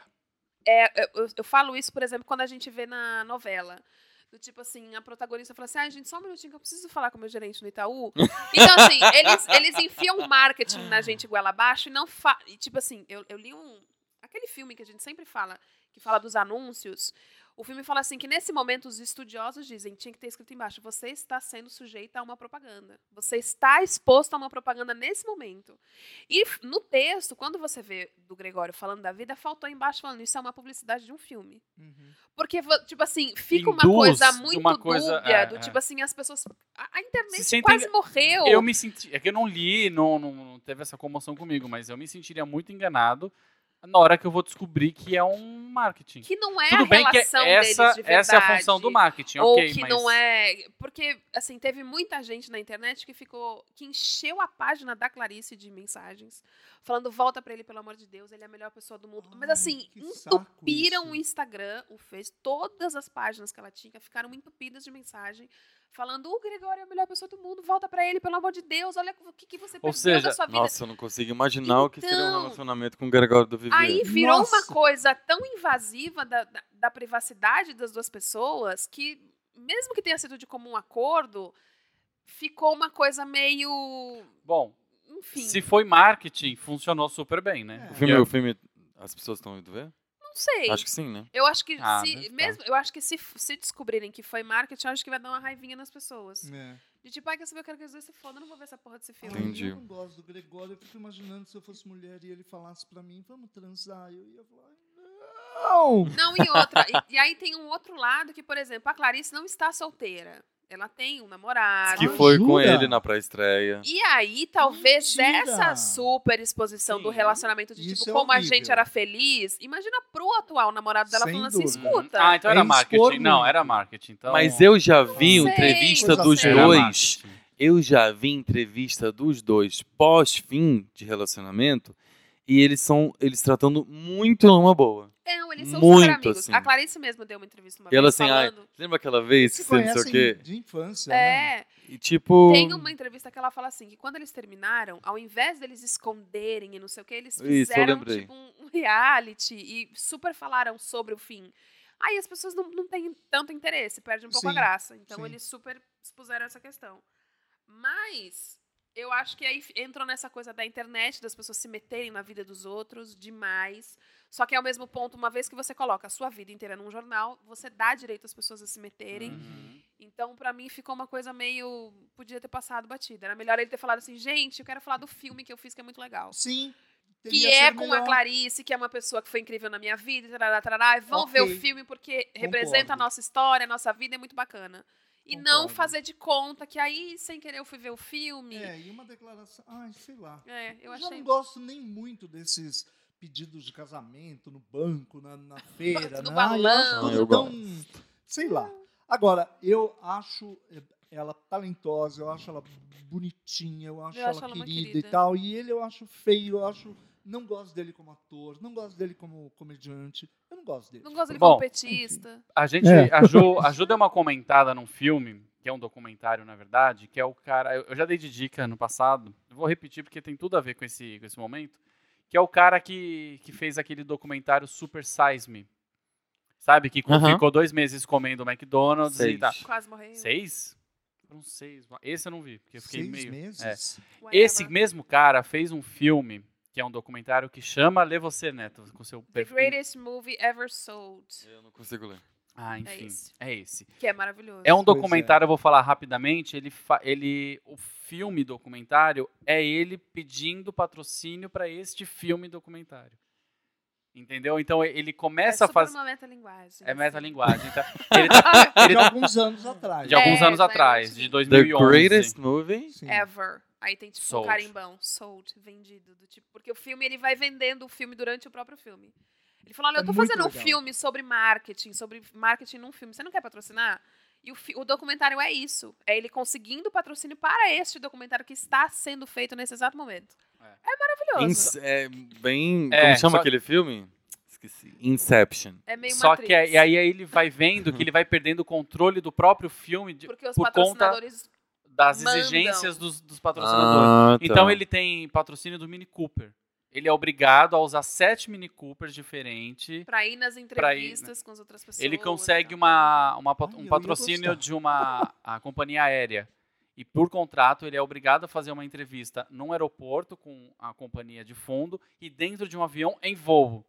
E: é- eu, eu falo isso, por exemplo, quando a gente vê na novela. Do tipo assim, a protagonista fala assim: ai, gente, só um minutinho que eu preciso falar com o meu gerente
F: *laughs*
E: no Itaú. Então, assim, eles, eles enfiam marketing na gente goela abaixo e não fa e, Tipo assim, eu, eu li um. Aquele filme que a gente sempre fala, que fala dos anúncios. O filme fala assim: que nesse momento os estudiosos dizem, tinha que ter escrito embaixo, você está sendo sujeito a uma propaganda. Você está exposto a uma propaganda nesse momento. E f- no texto, quando você vê do Gregório falando da vida, faltou aí embaixo falando isso é uma publicidade de um filme.
D: Uhum.
E: Porque, vo- tipo assim, fica uma
C: Induz
E: coisa
C: de
E: muito
C: uma coisa-
E: dúbia,
C: é,
E: do
C: é.
E: tipo assim, as pessoas... A, a internet
C: Se sentem-
E: quase morreu.
C: Eu me senti. É que eu não li, não, não, não teve essa comoção comigo, mas eu me sentiria muito enganado na hora que eu vou descobrir que é um marketing.
E: Que não é
C: Tudo
E: a
C: bem que
E: relação
C: essa,
E: deles de verdade.
C: essa é a função do marketing,
E: Ou
C: ok,
E: que
C: mas.
E: não é... Porque, assim, teve muita gente na internet que ficou... Que encheu a página da Clarice de mensagens. Falando, volta pra ele, pelo amor de Deus, ele é a melhor pessoa do mundo. Mas,
D: Uhum. Ai,
E: assim,
D: que saco
E: entupiram
D: isso.
E: o Instagram, o Face, todas as páginas que ela tinha ficaram entupidas de mensagem. Falando, o Gregório é a melhor pessoa do mundo, volta pra ele, pelo amor de Deus, olha o que, que você perdeu
C: seja,
E: da sua vida.
F: Nossa, eu não consigo imaginar o que seria um
E: Então,
F: relacionamento com o Gregório do Vivier.
E: Aí virou uma
D: Nossa.
E: coisa tão invasiva da, da, da privacidade das duas pessoas que, mesmo que tenha sido de comum acordo, ficou uma coisa meio.
C: Bom,
E: Enfim.
C: se foi marketing, funcionou super bem, né?
F: o, filme, o filme, as pessoas estão indo ver?
E: Não não sei.
F: Acho que sim, né?
E: Eu acho que
F: Ah,
E: se,
F: deve estar.
E: mesmo, eu acho que se, se descobrirem que foi marketing, eu acho que vai dar uma raivinha nas pessoas.
D: É.
E: De tipo, ai, quer saber, eu quero que os dois se fodam, eu não vou ver essa porra desse filme.
F: Entendi.
D: Eu não gosto do Gregório, eu fico imaginando se eu fosse mulher e ele falasse pra mim, vamos transar. Eu ia falar,
F: *laughs*
D: não!
E: Não, e outra. E, e aí tem um outro lado que, por exemplo, a Clarice não está solteira. Ela tem um namorado.
F: Que
D: Ah,
F: foi com
D: jura?
F: ele na pré-estreia.
E: E aí, talvez
D: Mentira!
E: essa super exposição do relacionamento de
D: Isso
E: tipo,
D: é
E: como a
D: horrível.
E: gente era feliz, imagina pro atual namorado dela
D: Sem
E: falando assim,
D: dúvida.
E: escuta.
C: Ah, então
D: É
C: era
D: expor
C: marketing.
D: muito.
C: Não, era marketing. Então,
F: Mas eu já vi
E: Sei,
F: entrevista
D: sei.
F: dos
C: era
F: dois.
C: marketing.
F: Eu já vi entrevista dos dois pós-fim de relacionamento. E eles são eles tratando muito numa boa.
E: Não, eles são
F: Muito
E: super amigos.
F: assim.
E: A Clarice mesmo deu uma entrevista uma
F: E ela
E: vez
F: assim, ai,
E: falando.
F: lembra aquela vez que
D: Se
F: você não sei o é quê?
D: conhecem de infância, né?
E: É,
F: E tipo.
E: tem uma entrevista que ela fala assim, que quando eles terminaram, ao invés deles esconderem e não sei o que, eles
F: Isso, eu
E: fizeram
F: lembrei.
E: tipo um um reality e super falaram sobre o fim. Aí as pessoas não, não têm tanto interesse, perde um pouco a
D: Sim,
E: graça. Então
D: sim.
E: eles super expuseram essa questão. Mas eu acho que aí entrou nessa coisa da internet, das pessoas se meterem na vida dos outros demais. Só que ao mesmo ponto, uma vez que você coloca a sua vida inteira num jornal, você dá direito às pessoas a se meterem.
C: Hum.
E: Então, pra mim, ficou uma coisa meio. Podia ter passado batida. Era melhor ele ter falado assim, gente, eu quero falar do filme que eu fiz, que é muito legal.
D: Sim.
E: Que
D: teria
E: é
D: sido
E: com a
D: melhor.
E: Clarice, que é uma pessoa que foi incrível na minha vida, tarará, tarará. E Vão
D: Ok.
E: ver o filme porque representa a nossa história, a nossa vida, é muito bacana. E não
D: Concordo.
E: fazer de conta que aí, sem querer, eu fui ver o filme. É,
D: É, e uma declaração. Ai, sei lá.
E: eu
D: Eu
E: achei.
D: já não gosto nem muito desses pedidos de casamento no banco, na,
E: *laughs*
D: na feira.
E: No
D: né?
E: balão.
D: Ai, acho tudo
F: Eu
D: tão- Sei lá. Agora, eu acho eh, ela talentosa, eu acho ela bonitinha, eu acho,
E: Eu acho
D: ela,
E: ela uma
D: querida,
E: querida.
D: e tal. E ele eu acho feio, eu acho. Não gosto dele como ator, não gosto dele como comediante. Eu não gosto dele.
E: Não gosto dele
C: Bom,
E: como petista.
C: A gente.
D: É.
C: A,
D: *laughs*
C: Ju, a Ju deu uma comentada num filme, que é um documentário, na verdade, que é o cara. Eu eu já dei de dica no passado, eu vou repetir porque tem tudo a ver com esse, com esse momento. Que é o cara que, que fez aquele documentário Super Size Me. Sabe? Que co-
F: Aham.
C: ficou dois meses comendo McDonald's e
F: Seis.
C: tal.
E: Quase morreu.
C: Seis? Foram seis. Esse eu não vi, porque eu fiquei
D: Seis
C: meio. é.
D: meses?
E: Whatever.
C: Esse mesmo cara fez um filme, que é um documentário que chama Lê Você Neto, com seu
E: The
C: perfil.
E: greatest movie ever sold.
F: Eu não consigo ler.
C: Ah, enfim.
E: esse.
C: É esse.
E: Que é maravilhoso.
C: É um
D: Pois
C: documentário, eu vou falar rapidamente. Ele, fa- ele, o filme documentário é ele pedindo patrocínio para este filme documentário. Entendeu? Então e- ele começa a
E: é
C: fazer.
E: uma metalinguagem.
C: É
E: assim.
C: metalinguagem. Tá?
E: *laughs*
D: É De alguns anos atrás.
C: De alguns
E: É,
C: anos
E: vai,
C: atrás,
E: vai.
C: de
F: The
C: 2011.
F: greatest movie?
D: Sim.
E: Ever. Aí tem tipo
C: Sold.
E: um carimbão, sold, vendido. Do tipo, porque o filme ele vai vendendo o filme durante o próprio filme. Ele falou: Olha,
D: É
E: eu tô
D: muito
E: fazendo um
D: legal.
E: filme sobre marketing, sobre marketing num filme. Você não quer patrocinar? E o, fi- o documentário é isso. É ele conseguindo patrocínio para este documentário que está sendo feito nesse exato momento.
C: É.
E: É, maravilhoso.
F: Ins- é bem.
C: É,
F: como chama
C: só-
F: aquele filme? Esqueci. Inception.
E: é meio
C: Só
E: Matrix.
C: que aí, aí ele vai vendo que ele vai perdendo o controle do próprio filme de-
E: Porque os
C: por conta
E: patrocinadores.
C: das
E: mandam.
C: exigências dos, dos patrocinadores.
F: Ah, tá.
C: Então ele tem patrocínio do Mini Cooper. Ele é obrigado a usar sete Mini Coopers diferentes.
E: Pra ir nas
C: Pra ir,
E: entrevistas com as outras pessoas.
C: Ele
E: e
C: consegue
E: tal. Ah,
C: uma, uma pat-
D: Ai, eu
C: um
D: ia
C: patrocínio
D: gostar.
C: de uma a companhia aérea. E por contrato, ele é obrigado a fazer uma entrevista num aeroporto com a companhia de fundo e dentro de um avião em voo.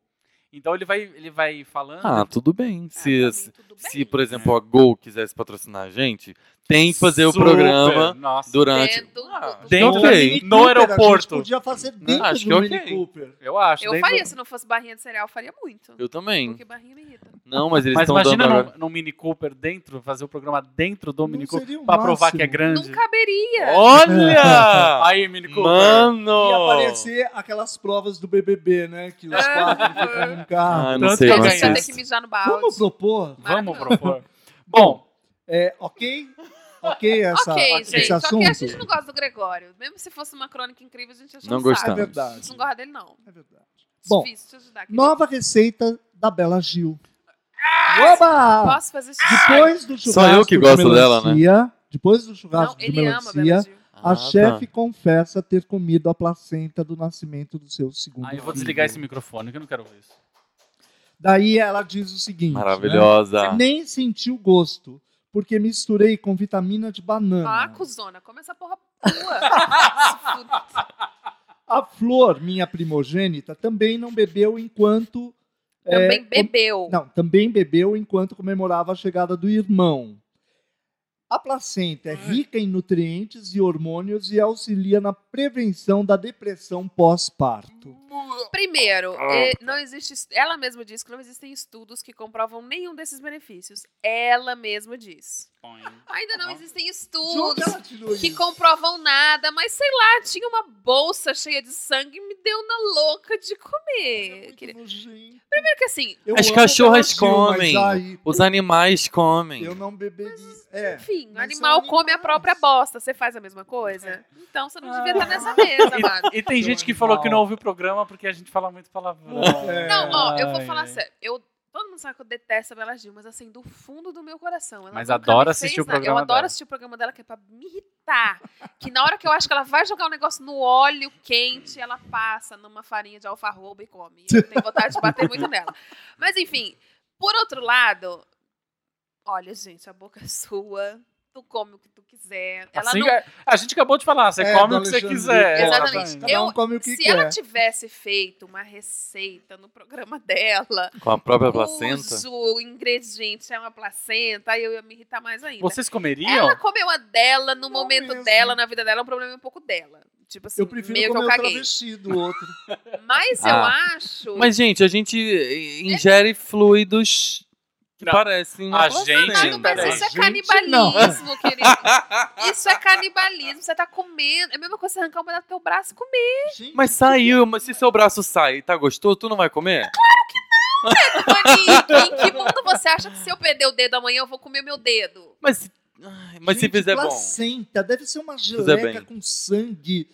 C: Então ele vai, ele vai falando.
F: Ah, tudo bem.
E: Ah,
F: Se,
E: pra
F: se-
E: mim, tudo
F: se,
E: bem.
F: por exemplo, a Gol quisesse patrocinar a gente, tem que fazer o
C: Super,
F: programa
C: Nossa.
F: durante.
E: Dentro do-
F: Ah,
E: do-
C: dentro
D: Então,
F: da-
D: Mini
C: no
D: Cooper, A
C: aeroporto.
D: gente podia fazer dentro
F: Acho que
D: do
F: é
D: Mini
F: ok.
D: Cooper.
C: Eu acho.
E: Eu
C: dentro-
E: faria, se não fosse barrinha de cereal, eu faria muito.
F: Eu também.
E: Porque barrinha me irrita.
F: Não, mas eles
C: Mas
F: estão dando
C: imagina
F: agora.
C: num, num Mini Cooper dentro, fazer o programa dentro do
D: Não
C: Mini Cooper
D: seria o
C: pra provar que é
D: máximo.
C: grande.
E: Não caberia.
C: *laughs*
F: Olha!
C: Aí, Mini Cooper.
F: Mano!
D: E aparecer aquelas provas do BBB, né? Que
E: É.
D: os quatro
E: né?
D: ficam num carro.
F: Ah, não
C: Tanto
F: sei,
C: que eu
F: não
C: ganhasse.
E: Talvez você
F: sei.
E: ia ter que mijar no balde.
D: Vamos propor?
C: Vamos
E: Maravilhoso.
C: propor. Bom,
D: É, ok? Ok, é essa,
E: ok,
D: esse
E: gente. Só
D: assunto?
E: que a gente não gosta do Gregório. Mesmo se fosse uma crônica incrível, a gente acha
F: Não
E: um
D: É
F: gostamos.
E: saco. A
D: verdade.
E: gente não gosta dele, não.
D: É verdade. Bom,
E: Difícil te ajudar. querido.
D: nova receita da Bela Gil.
E: Ah,
D: Oba!
E: Posso fazer isso?
D: Depois do churrasco
F: eu que
D: de
F: gosto dela, né? tá.
D: melancia, Depois do
E: Não,
D: churrasco de
E: ele ama a
D: melancia,
E: Bela Gil.
F: Ah,
D: a chefe confessa ter comido a placenta do nascimento do seu segundo
C: Ah, eu
D: filho.
C: vou desligar esse microfone, que eu não quero ouvir isso.
D: Daí ela diz o seguinte. né?
F: Maravilhosa.
D: Nem senti o gosto, porque misturei com vitamina de
E: Ah,
D: banana.
E: cuzona, come essa porra *laughs* tua.
D: a flor, minha primogênita, também não bebeu enquanto É,
E: Também bebeu.
D: Não, também bebeu enquanto comemorava a chegada do irmão. A placenta é rica em nutrientes e hormônios e auxilia na prevenção da depressão pós-parto.
E: Primeiro,
F: Ah.
E: eh, não existe. Ela mesma diz que não existem estudos que comprovam nenhum desses benefícios. Ela mesma diz. Ainda não existem estudos que comprovam nada, mas sei lá, tinha uma bolsa cheia de sangue e me deu na louca de comer. Queria- Primeiro que assim,
F: As cachorras comem. Os animais comem.
D: Eu não beberia. É.
E: enfim, o
D: Mas É. são
E: animal come a
D: animais.
E: própria bosta. Você faz a mesma coisa? Então você
D: Ah.
E: não devia estar nessa
D: *laughs* Então,
E: mesa, amado.
C: E tem gente que falou que não ouviu o programa porque a gente fala muito palavrão.
D: É.
E: Não, ó, eu vou
C: Ai,
E: falar
C: ai.
E: sério. Eu, todo mundo sabe que eu detesto a Bela Gil, mas assim, do fundo do meu coração. Ela
C: Mas
E: nunca
C: adora
E: me
C: assistir
E: fez
C: o
E: nada.
C: programa
E: Eu adoro
C: dela.
E: assistir o programa dela, que é pra me irritar. que na hora que eu acho que ela vai jogar um negócio no óleo quente, ela passa numa farinha de alfarroba e come. Eu tenho vontade de bater muito nela. Mas enfim, por outro lado, olha, gente, a boca é sua. Tu come o que tu quiser. Ela
C: Assim
E: não
C: que a, a gente acabou de falar, você
D: É,
C: come
D: do
C: o que você
D: Alexandre.
C: quiser.
E: Exatamente.
D: Cada
E: Eu-
D: um come o que
E: se
D: quer.
E: ela tivesse feito uma receita no programa dela,
F: Com a própria placenta.
E: uso o ingrediente é uma placenta, aí eu ia me irritar mais ainda.
C: Vocês comeriam?
E: Ela comeu a dela no
D: Não
E: momento
D: mesmo.
E: dela, na vida dela, é um problema um pouco dela. Tipo assim,
D: Eu prefiro
E: meio que
D: comer
E: eu
D: o
E: caguei.
D: travesti do
E: *laughs*
D: outro.
E: Mas eu acho.
F: Ah. Mas, gente, a gente eh, ingere fluidos que
C: Não.
F: parecem uma
C: A
D: tá
F: placenta.
C: gente-
E: Amado, mas isso é
D: Gente,
F: *laughs*
E: canibalismo, querido. Isso é canibalismo. Você tá comendo. É a mesma coisa que você arrancar um pedaço do teu braço e comer.
D: Gente,
F: Mas saiu, mas se seu braço sai e tá gostoso, tu não vai comer?
E: Monique, é em que mundo você acha que se eu perder o dedo amanhã eu vou comer meu dedo?
F: Mas, se- ai, mas se
D: gente,
F: fizer bom.
D: placenta, deve ser uma
F: Fizer
D: geleca
F: bem.
D: com sangue.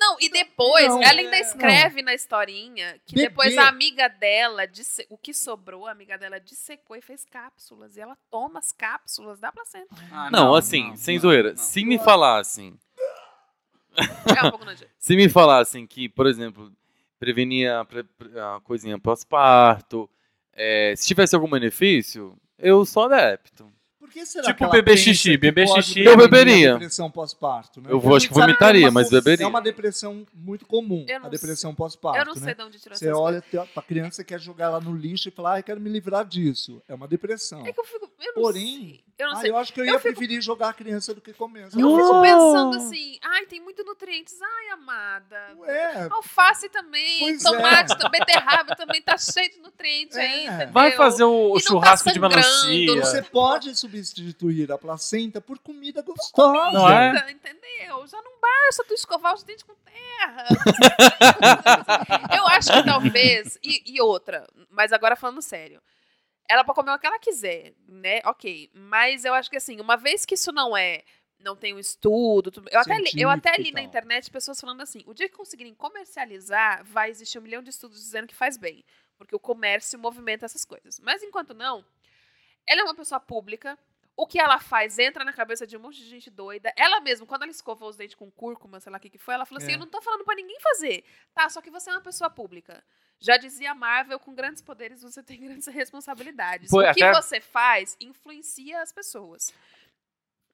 E: Não, e depois,
D: Não,
E: ela ainda
D: é,
E: escreve na historinha que
D: Bebê.
E: depois a amiga dela, disse, o que sobrou, a amiga dela dissecou e fez cápsulas. E ela toma as cápsulas da placenta.
C: Ah,
F: Não, assim,
C: não,
F: sem
C: não,
F: zoeira.
C: não.
F: Se me assim, falassem,
E: É
D: *laughs*
E: um pouco nojento.
F: se me falassem que, por exemplo, prevenia a, pre- pre- a coisinha pós-parto, eh, se tivesse algum benefício, eu sou adepto.
D: Por que será
C: Tipo
D: que ela
C: bebê
D: pensa
C: xixi,
D: que
C: bebê
D: pode
C: xixi.
D: ter
F: Eu beberia.
D: Depressão pós-parto, né?
F: Eu vou-
D: Porque
F: acho
D: a
F: que
D: gente sabe é
F: vomitaria,
D: uma
F: mas
D: co-
F: beberia.
D: É uma depressão muito comum,
E: Eu não
D: a depressão pós-parto,
E: Eu não sei
D: né?
E: de onde tirou
D: Você
E: essas
D: olha, tem- a criança quer jogar lá no lixo e falar, ai, quero me livrar disso. É uma depressão.
E: coisas. É que eu fico. Eu não
D: Porém,
E: sei. Eu não
D: Ah,
E: sei.
D: eu acho que eu ia preferir jogar a criança do que comer.
E: Eu fico
F: Não.
E: pensando assim, ai, tem muito nutrientes. Ai, amada.
D: É,
E: Alface também,
D: Pois
E: tomate, também, beterraba também tá cheio de nutrientes
D: É.
E: ainda.
C: Vai
E: entendeu?
C: fazer o, o
E: E não tá
C: churrasco de
E: sangrando,
F: É.
C: melancia.
D: você pode substituir a placenta por comida gostosa.
C: Não é?
E: Tá, Entendeu? Já não basta tu escovar os dentes com terra. Eu acho que talvez. E, e outra, mas agora falando sério. Ela pode comer o que ela quiser, né? Ok. Mas eu acho que assim, uma vez que isso não é. Não tem um estudo. tu- Eu até, li, eu até li
D: Científico e
E: na
D: tal.
E: internet pessoas falando assim: o dia que conseguirem comercializar, vai existir um milhão de estudos dizendo que faz bem. Porque o comércio movimenta essas coisas. Mas enquanto não, ela é uma pessoa pública. O que ela faz entra na cabeça de um monte de gente doida. Ela mesma, quando ela escovou os dentes com cúrcuma, sei lá o que, que foi, ela falou assim:
D: É.
E: Eu não tô falando pra ninguém fazer. Tá, só que você é uma pessoa pública. Já dizia a Marvel, com grandes poderes você tem grandes *laughs* responsabilidades.
C: Pô,
E: o que
C: até-
E: você faz influencia as pessoas.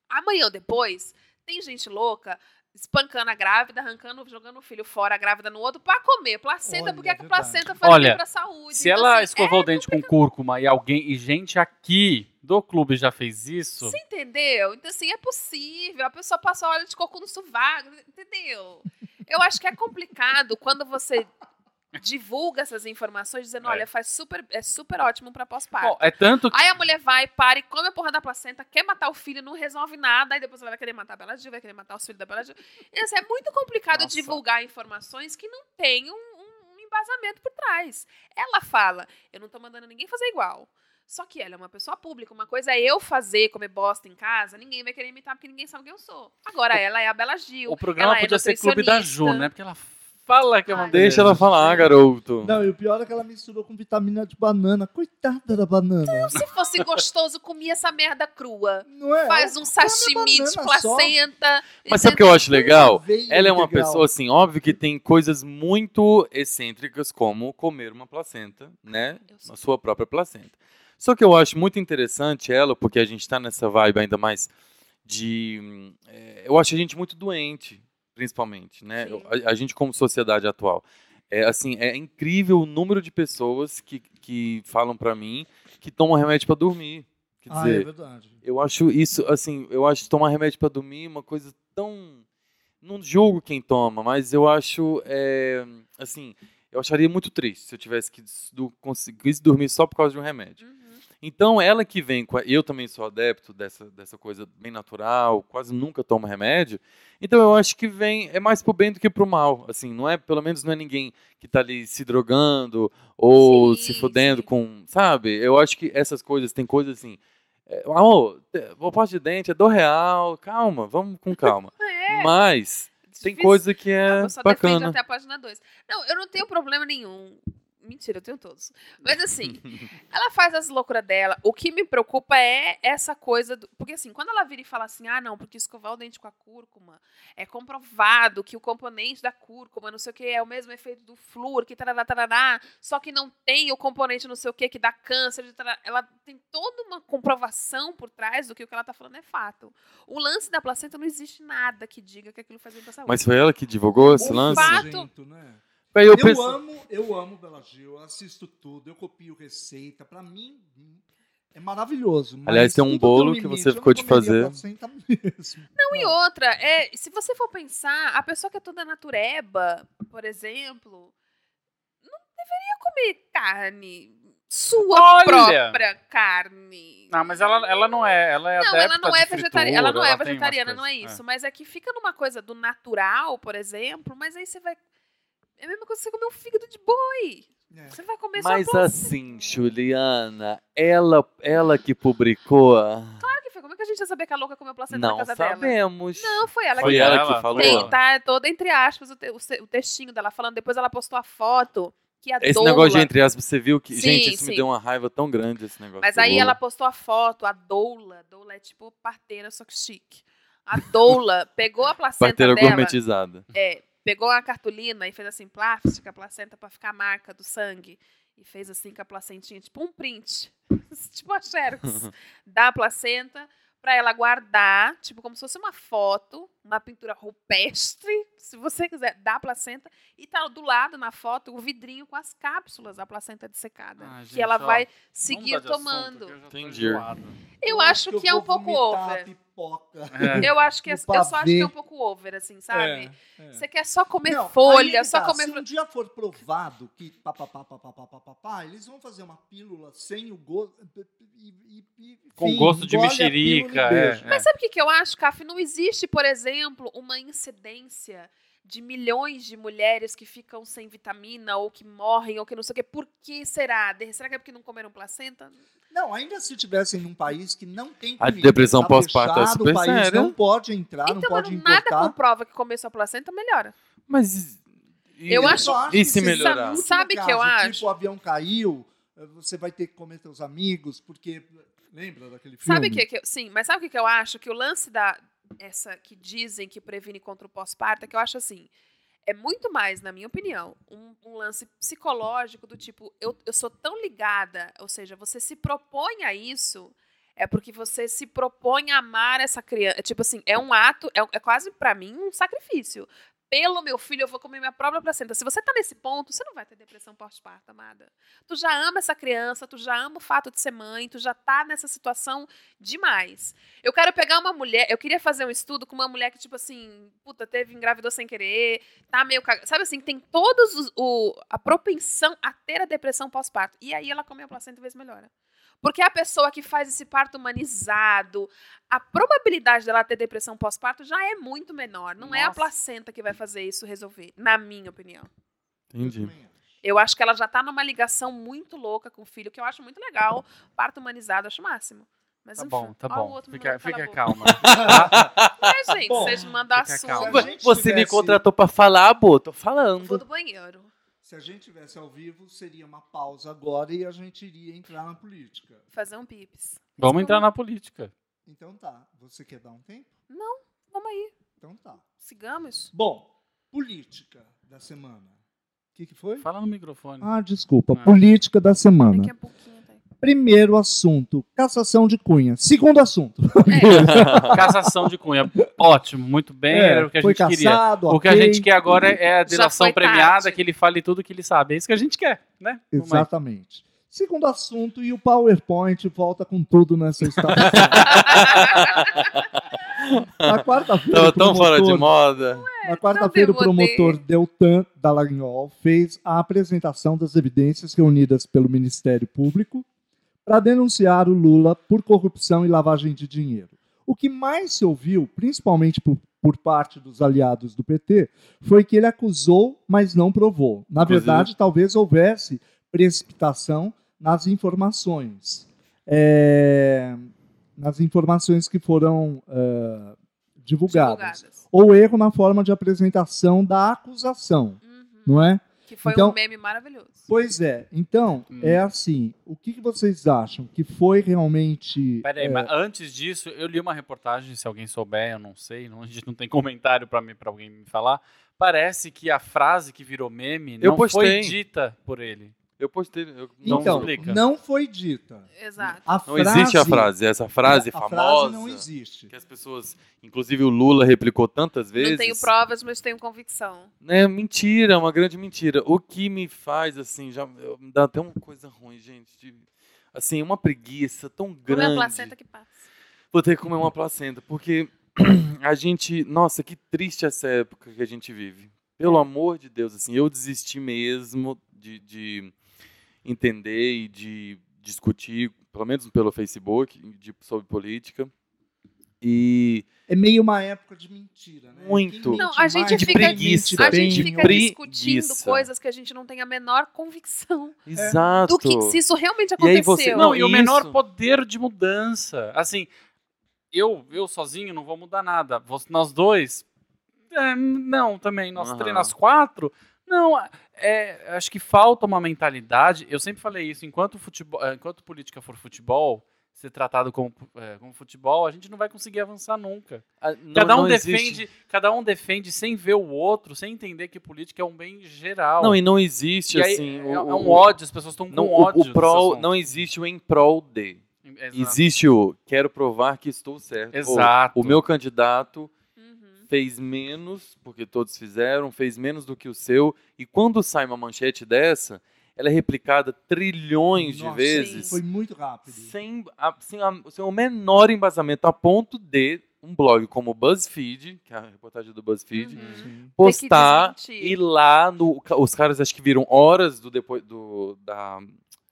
E: Amanhã ou depois, tem gente louca espancando a grávida, arrancando, jogando o filho fora, a grávida no outro, pra comer placenta,
D: Olha,
E: porque a
D: verdade.
E: placenta faz bem
C: é Olha,
E: pra saúde.
C: Se
E: Então,
C: ela
E: assim,
C: escovou o dente com cúrcuma e alguém e gente aqui do clube já fez isso,
E: Você entendeu? Então, assim, é possível. A pessoa passa óleo de coco no sovaco, entendeu? Eu acho que é complicado quando você divulga essas informações dizendo,
C: É.
E: olha, faz super, é super ótimo pra
C: Bom,
E: pós-parto.
C: é tanto que
E: Aí a mulher vai, para e come a porra da placenta, quer matar o filho, não resolve nada, aí depois ela vai querer matar a Bela Gil, vai querer matar os filhos da Bela Gil. E, assim, é muito complicado
C: Nossa.
E: divulgar informações que não têm um, um- um embasamento por trás. Ela fala, eu não tô mandando ninguém fazer igual. Só que ela é uma pessoa pública, uma coisa é eu fazer, comer bosta em casa, ninguém vai querer imitar porque ninguém sabe quem eu sou. Agora ela é a Bela Gil.
C: o programa
E: ela é
C: podia ser clube da
E: nutricionista.
C: Ju, né? Porque ela fala que é uma
E: Ai,
F: Deixa ela falar, garoto.
D: Não, e o pior é que ela misturou com vitamina de banana. Coitada da banana.
E: Se fosse gostoso, comia essa merda crua.
D: Não é?
E: Faz um sashimi de
D: banana só.
E: placenta.
F: Mas sabe o que eu acho legal?
D: Veio
F: Ela é uma
D: integral.
F: pessoa assim, óbvio que tem coisas muito excêntricas como comer uma placenta, né?
E: Eu sou.
F: A sua própria placenta. Só que eu acho muito interessante ela, porque a gente tá nessa vibe ainda mais de. hum, é, eu acho a gente muito doente, principalmente, né?
E: Sim.
F: A, a gente, como sociedade atual. É assim, é incrível o número de pessoas que, que falam pra mim que tomam remédio pra dormir. Quer
D: Ah, é
F: dizer,
D: verdade.
F: eu acho isso, assim, eu acho tomar remédio pra dormir uma coisa tão. Não julgo quem toma, mas eu acho, é, assim, eu acharia muito triste se eu tivesse que des- do- conseguisse dormir só por causa de um remédio.
E: Uhum.
F: Então, ela que vem com. A, eu também sou adepto dessa, dessa coisa bem natural, quase nunca tomo remédio. Então, eu acho que vem. É mais pro bem do que pro mal. Assim, não é. Pelo menos não é ninguém que tá ali se drogando ou
E: Sim,
F: se fudendo
E: sim.
F: com. Sabe? Eu acho que essas coisas. Tem coisas assim. É, amor, te- vou parte de dente, é dor real. Calma, vamos com
E: *laughs*
F: calma. Mas. Tem
E: É, Difícil.
F: coisa que é
E: Eu só defendo
F: bacana.
E: até a página 2. Não, eu não tenho problema nenhum. Mentira, eu tenho todos. Mas
F: *laughs*
E: assim, ela faz as loucuras dela. O que me preocupa é essa coisa. do- Porque assim, quando ela vira e fala assim, ah, não, porque escovar o dente com a cúrcuma é comprovado que o componente da cúrcuma, não sei o que, é o mesmo efeito do flúor, que tarará, tarará, só que não tem o componente não sei o que que dá câncer. de tarará." Ela tem toda uma comprovação por trás do que o que ela tá falando é fato. O lance da placenta não existe nada que diga que aquilo faz bem pra saúde.
F: Mas foi ela que divulgou esse
E: O
F: lance?
E: fato-
D: Nojento, né?
F: Aí
D: Eu,
F: eu penso-
D: amo, eu amo Bela Gil, eu assisto tudo, eu copio receita. Pra mim é maravilhoso. mas
F: Aliás, tem um
D: tudo
F: bolo
D: tem
F: que
D: limite,
F: você
D: eu
F: ficou
D: não
F: de
D: comeria
F: fazer.
D: 400 mesmo.
E: Não, e outra, é, se você for pensar, a pessoa que é toda natureba, por exemplo, não deveria comer carne, sua
C: Olha!
E: própria carne.
C: Não, mas ela, ela não é. Ela é
E: Não,
C: adepta
E: ela não é
C: de fritura,
E: vegetariana, ela não é
C: tem umas
E: vegetariana, não é
C: coisas.
E: isso, mas é que fica numa coisa do natural, por exemplo, mas aí você vai é a mesma coisa que você comer um fígado de boi.
D: É.
E: Você vai comer
F: Mas
E: só
F: assim, Juliana, ela, ela que publicou.
E: Claro que foi. Como é que a gente ia saber que a louca comeu placenta na
F: não
E: casa dela?
F: sabemos.
E: Não, foi ela
F: Foi
E: que
F: ela,
C: Ela
F: que falou.
E: Tem, tá? É Todo entre aspas o, te- o se- o textinho dela falando. Depois ela postou a foto que a
F: Esse
E: doula...
F: negócio de entre aspas, você viu que.
E: Sim,
F: gente, isso
E: sim.
F: me deu uma raiva tão grande esse negócio.
E: Mas
F: do
E: aí
F: Lula.
E: ela postou a foto, a doula. Doula é tipo parteira, só que chique. A doula pegou a placenta
F: Parteira
E: dela...
F: gourmetizada.
E: É, pegou a cartolina e fez assim, plástica, a placenta pra ficar a marca do sangue. E fez assim com a placentinha, tipo um print. *laughs* tipo a
C: *laughs*
E: Xerox. da placenta pra ela guardar, tipo como se fosse uma foto, uma pintura rupestre, se você quiser, da placenta. E tá do lado na foto o vidrinho com as cápsulas da placenta dissecada.
C: Ah, gente,
E: que ela
C: ó,
E: vai
C: Vamos
E: seguir
C: mudar de assunto,
E: tomando.
C: que eu já tô
F: Entendi.
C: enjoado.
E: Eu acho que é um
D: vou
E: pouco
D: vomitar
E: over.
D: pipoca.
C: É.
E: Eu acho que é,
D: No
E: eu só acho que
D: pavê.
E: é um pouco over, assim, sabe?
D: É, é.
E: Você quer só comer
D: Não, aí
E: folha,
D: que
E: só
D: tá,
E: comer.
D: Se um dia for provado que pá, pá, pá, pá, pá, pá, pá, pá, pá, eles vão fazer uma pílula sem o gosto. e- e- e-
C: Com
D: enfim,
C: gosto de
D: engole a
C: mexerica.
D: pílula e
C: É,
D: beija.
C: é.
E: Mas sabe o que, que eu acho, Caf? Não existe, por exemplo, uma incidência de milhões de mulheres que ficam sem vitamina ou que morrem ou que não sei o quê. Por que será? De- Será que é porque não comeram placenta?
D: Não, ainda se tivessem num país que não tem
F: A depressão
D: tá
F: pós-parto é
D: fechado,
F: super
D: o país
F: séria.
D: não pode entrar, Ah, não
E: então,
D: pode
E: mas nada
D: importar.
E: comprova que comer sua placenta melhora.
F: Mas. e-
E: Eu
D: só
E: acho-
D: acho
F: E
D: que
F: se
D: esse
F: melhorar?
D: é o último
E: Sabe que eu acho?
D: Tipo, o avião caiu, você vai ter que comer seus amigos, porque... Lembra daquele filme?
E: Sabe o que, que eu, Sim, mas sabe o que, que eu acho? Que o lance da. Essa que dizem que previne contra o pós-parto é que eu acho assim. É muito mais, na minha opinião, um, um lance psicológico do tipo, eu, eu sou tão ligada, ou seja, você se propõe a isso, é porque você se propõe a amar essa criança. É Tipo assim, é um ato, é, é quase pra mim um sacrifício. Pelo meu filho, eu vou comer minha própria placenta. Se você tá nesse ponto, você não vai ter depressão pós-parto, amada. Tu já ama essa criança, tu já ama o fato de ser mãe, tu já tá nessa situação demais. Eu quero pegar uma mulher, eu queria fazer um estudo com uma mulher que, tipo assim, puta, teve, engravidou sem querer, tá meio cagada. Sabe assim, tem todos os, o, a propensão a ter a depressão pós-parto. E aí ela come a placenta e vez melhora. Porque a pessoa que faz esse parto humanizado, a probabilidade dela ter depressão pós-parto já é muito menor. Não é a
C: Nossa.
E: placenta que vai fazer isso resolver, na minha opinião.
F: Entendi.
E: Eu acho que ela já tá numa ligação muito louca com o filho, que eu acho muito legal. Parto humanizado, eu acho o máximo. Mas,
C: Tá
E: enfim,
C: bom, tá
E: ó o
C: bom.
E: outro
C: Fica,
E: menino, cala
C: fica
E: a boca.
C: calma.
E: *laughs* É, gente,
D: Bom,
E: vocês mandam
C: fica
E: assunto.
C: calma.
D: Se a gente
F: Você me
D: tivesse-
F: contratou pra falar, amor? Tô
E: Eu Vou
F: falando.
E: do banheiro.
D: Se a gente tivesse ao vivo, seria uma pausa agora e a gente iria entrar na política.
E: Fazer um pips.
C: Vamos entrar na política.
D: Então tá. Você quer dar um tempo?
E: Não, vamos aí.
D: Então tá.
E: Sigamos.
D: Bom, política da semana. O que, que foi?
C: Fala no microfone.
D: Ah, desculpa.
C: Ah.
D: Política da semana.
C: né? *laughs*
E: Daqui a pouquinho, tá aí.
D: Primeiro assunto, cassação de cunha. Segundo assunto,
E: É.
C: Cassação de Cunha. Ótimo, muito bem.
D: Ah. É,
C: era o que a
D: foi
C: gente queria.
D: cassado,
C: O que a
D: ok.
C: gente quer agora é a delação
E: foi
C: premiada,
E: tarde.
C: que ele fale tudo que ele sabe. É isso que a gente quer, né? Vamos aí.
D: Exatamente. Segundo assunto, e o PowerPoint volta com tudo nessa
C: *laughs*
D: estação. Na quarta-feira,
F: Tava
D: o
F: é tão fora de
D: promotor-
F: moda.
D: Na quarta-feira, o
E: não demorei.
D: promotor Deltan Dallagnol fez a apresentação das evidências reunidas pelo Ministério Público para denunciar o Lula por corrupção e lavagem de dinheiro. O que mais se ouviu, principalmente por, por parte dos aliados do PT, foi que ele acusou, mas não provou. Na
F: Inclusive-
D: verdade, talvez houvesse precipitação nas informações. É, Nas informações que foram ah, divulgadas
E: Divulgadas.
D: ou erro na forma de apresentação da acusação,
E: Uhum.
D: não é?
E: Que foi
D: Então-
E: um meme maravilhoso.
D: Pois é. Então,
C: Hum.
D: é assim, o que, que vocês acham que foi realmente...
C: Pera aí,
D: é,
C: mas antes disso, eu li uma reportagem, se alguém souber, eu não sei, não, a gente não tem comentário pra mim, para alguém me falar. Parece que a frase que virou meme
F: Eu
C: não foi
F: postei.
C: dita por ele.
F: Eu postei. eu-
C: não
D: então,
C: explica.
D: não foi dita.
E: Exato.
D: A
F: não
D: frase,
F: existe a frase. Essa frase
D: a
F: famosa.
D: frase não existe.
F: Que as pessoas, inclusive o Lula replicou tantas vezes.
E: Não tenho provas, mas tenho convicção.
F: É mentira, é uma grande mentira. O que me faz, assim, já eu- me dá até uma coisa ruim, gente. de- assim, uma preguiça tão
E: Como é
F: grande.
E: a placenta que passa.
F: Vou ter que comer uma placenta, porque *clears throat* a gente. Nossa, que triste essa época que a gente vive. Pelo
C: É.
F: amor de Deus, assim, eu desisti mesmo de, de entender e de discutir, pelo menos pelo Facebook, de- sobre política. E
D: É meio uma época de mentira, né?
F: Muito.
D: Quem mente
E: Não, a gente
D: mais,
F: de
E: fica,
D: quem
F: preguiça,
D: mente
E: a gente
D: bem.
E: fica
F: preguiça.
E: discutindo coisas que a gente não tem a menor convicção
F: exato.
E: do que se isso realmente
F: E
E: aconteceu.
F: aí você-
C: Não,
F: Não,
C: e o
F: isso.
C: menor poder de mudança. Assim, eu, eu sozinho não vou mudar nada. Vo- Nós dois, é, não, também. Nós
F: Aham.
C: três, nós quatro, não. é, acho que falta uma mentalidade. Eu sempre falei isso. Enquanto, futebol, eh, enquanto política for futebol, ser tratado como, eh, como futebol, a gente não vai conseguir avançar nunca.
F: Ah, não-
C: Cada um
F: não existe-
C: defende, cada um defende sem ver o outro, sem entender que política é um bem geral.
F: Não, e não existe,
C: E aí,
F: assim.
C: é,
F: o-
C: é um
F: o-
C: ódio, as pessoas estão
F: Não,
C: com
F: o,
C: ódio.
F: o prol,
C: desse
F: não existe o em prol de.
C: assunto. Exato.
F: Existe o quero provar que estou certo. Ou,
C: Exato.
F: o meu candidato
E: Uhum.
F: fez menos, porque todos fizeram, fez menos do que o seu. E quando sai uma manchete dessa, ela é replicada trilhões
D: Nossa,
F: de vezes
D: Foi muito rápido.
F: sem, a- sem, a- sem o menor embasamento, a ponto de um blog como o BuzzFeed, que é a reportagem do BuzzFeed,
E: Uhum.
D: Sim.
F: postar
E: desmentir.
F: e lá no os caras acho que viram horas do depois do da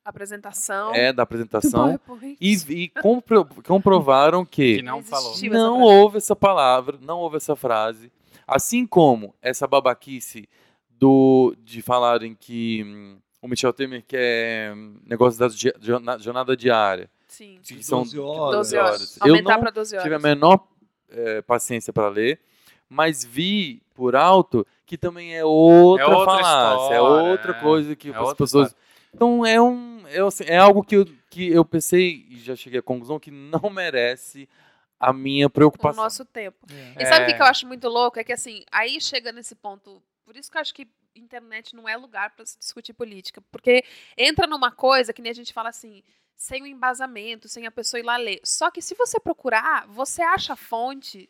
E: Apresentação.
F: é da apresentação
E: Do PowerPoint.
F: e, e compro- comprovaram
C: Que
F: que
C: não
E: Não
C: falou.
E: existiu. essa
F: não
E: frase.
F: houve essa palavra, não houve essa frase, assim como essa babaquice do de falarem que hum, o Michel Temer quer hum, negócio da di- jorna- jornada diária,
E: Sim.
F: que
D: De
F: são
D: 12 horas.
E: 12
D: horas.
E: horas.
F: Eu
E: Aumentar
F: não
E: pra 12
F: tive a
E: horas.
F: menor eh, paciência para ler, mas vi por alto que também é outra,
C: É outra
F: falácia, é
C: história,
F: outra
C: é.
F: coisa que
C: É
F: as
C: outra
F: pessoas. Então é um é, assim, é algo que eu, que eu pensei e já cheguei à conclusão que não merece a minha
E: Então, O
F: preocupação.
E: nosso tempo.
D: É.
E: E sabe o que
F: É.
E: que eu acho muito louco? É que assim, aí chega nesse ponto. Por isso que eu acho que internet não é lugar pra se discutir política. Porque entra numa coisa que nem a gente fala assim, sem o embasamento, sem a pessoa ir lá ler. Só que se você procurar, você acha a fonte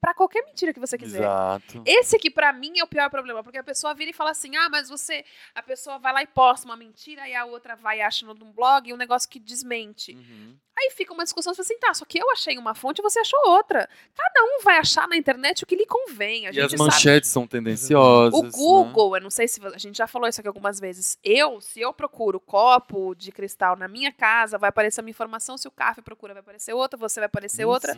E: pra qualquer mentira que você quiser.
F: Exato.
E: Esse aqui, pra mim, é o pior problema, porque a pessoa vira e fala assim: ah, mas você. A pessoa vai lá e posta uma mentira, e a outra vai e acha num blog um negócio que desmente.
F: Uhum.
E: Aí fica uma discussão, você fala assim, tá, só que eu achei uma fonte e você achou outra. Cada um vai achar na internet o que lhe convém. A
F: E as
E: gente sabe.
F: manchetes né? são tendenciosas.
E: O Google, eu não sei se vo- a gente já falou isso aqui algumas vezes. Eu, se eu procuro copo de cristal na minha casa, vai aparecer uma informação. Se o café procura, vai aparecer outra. Você vai aparecer outra.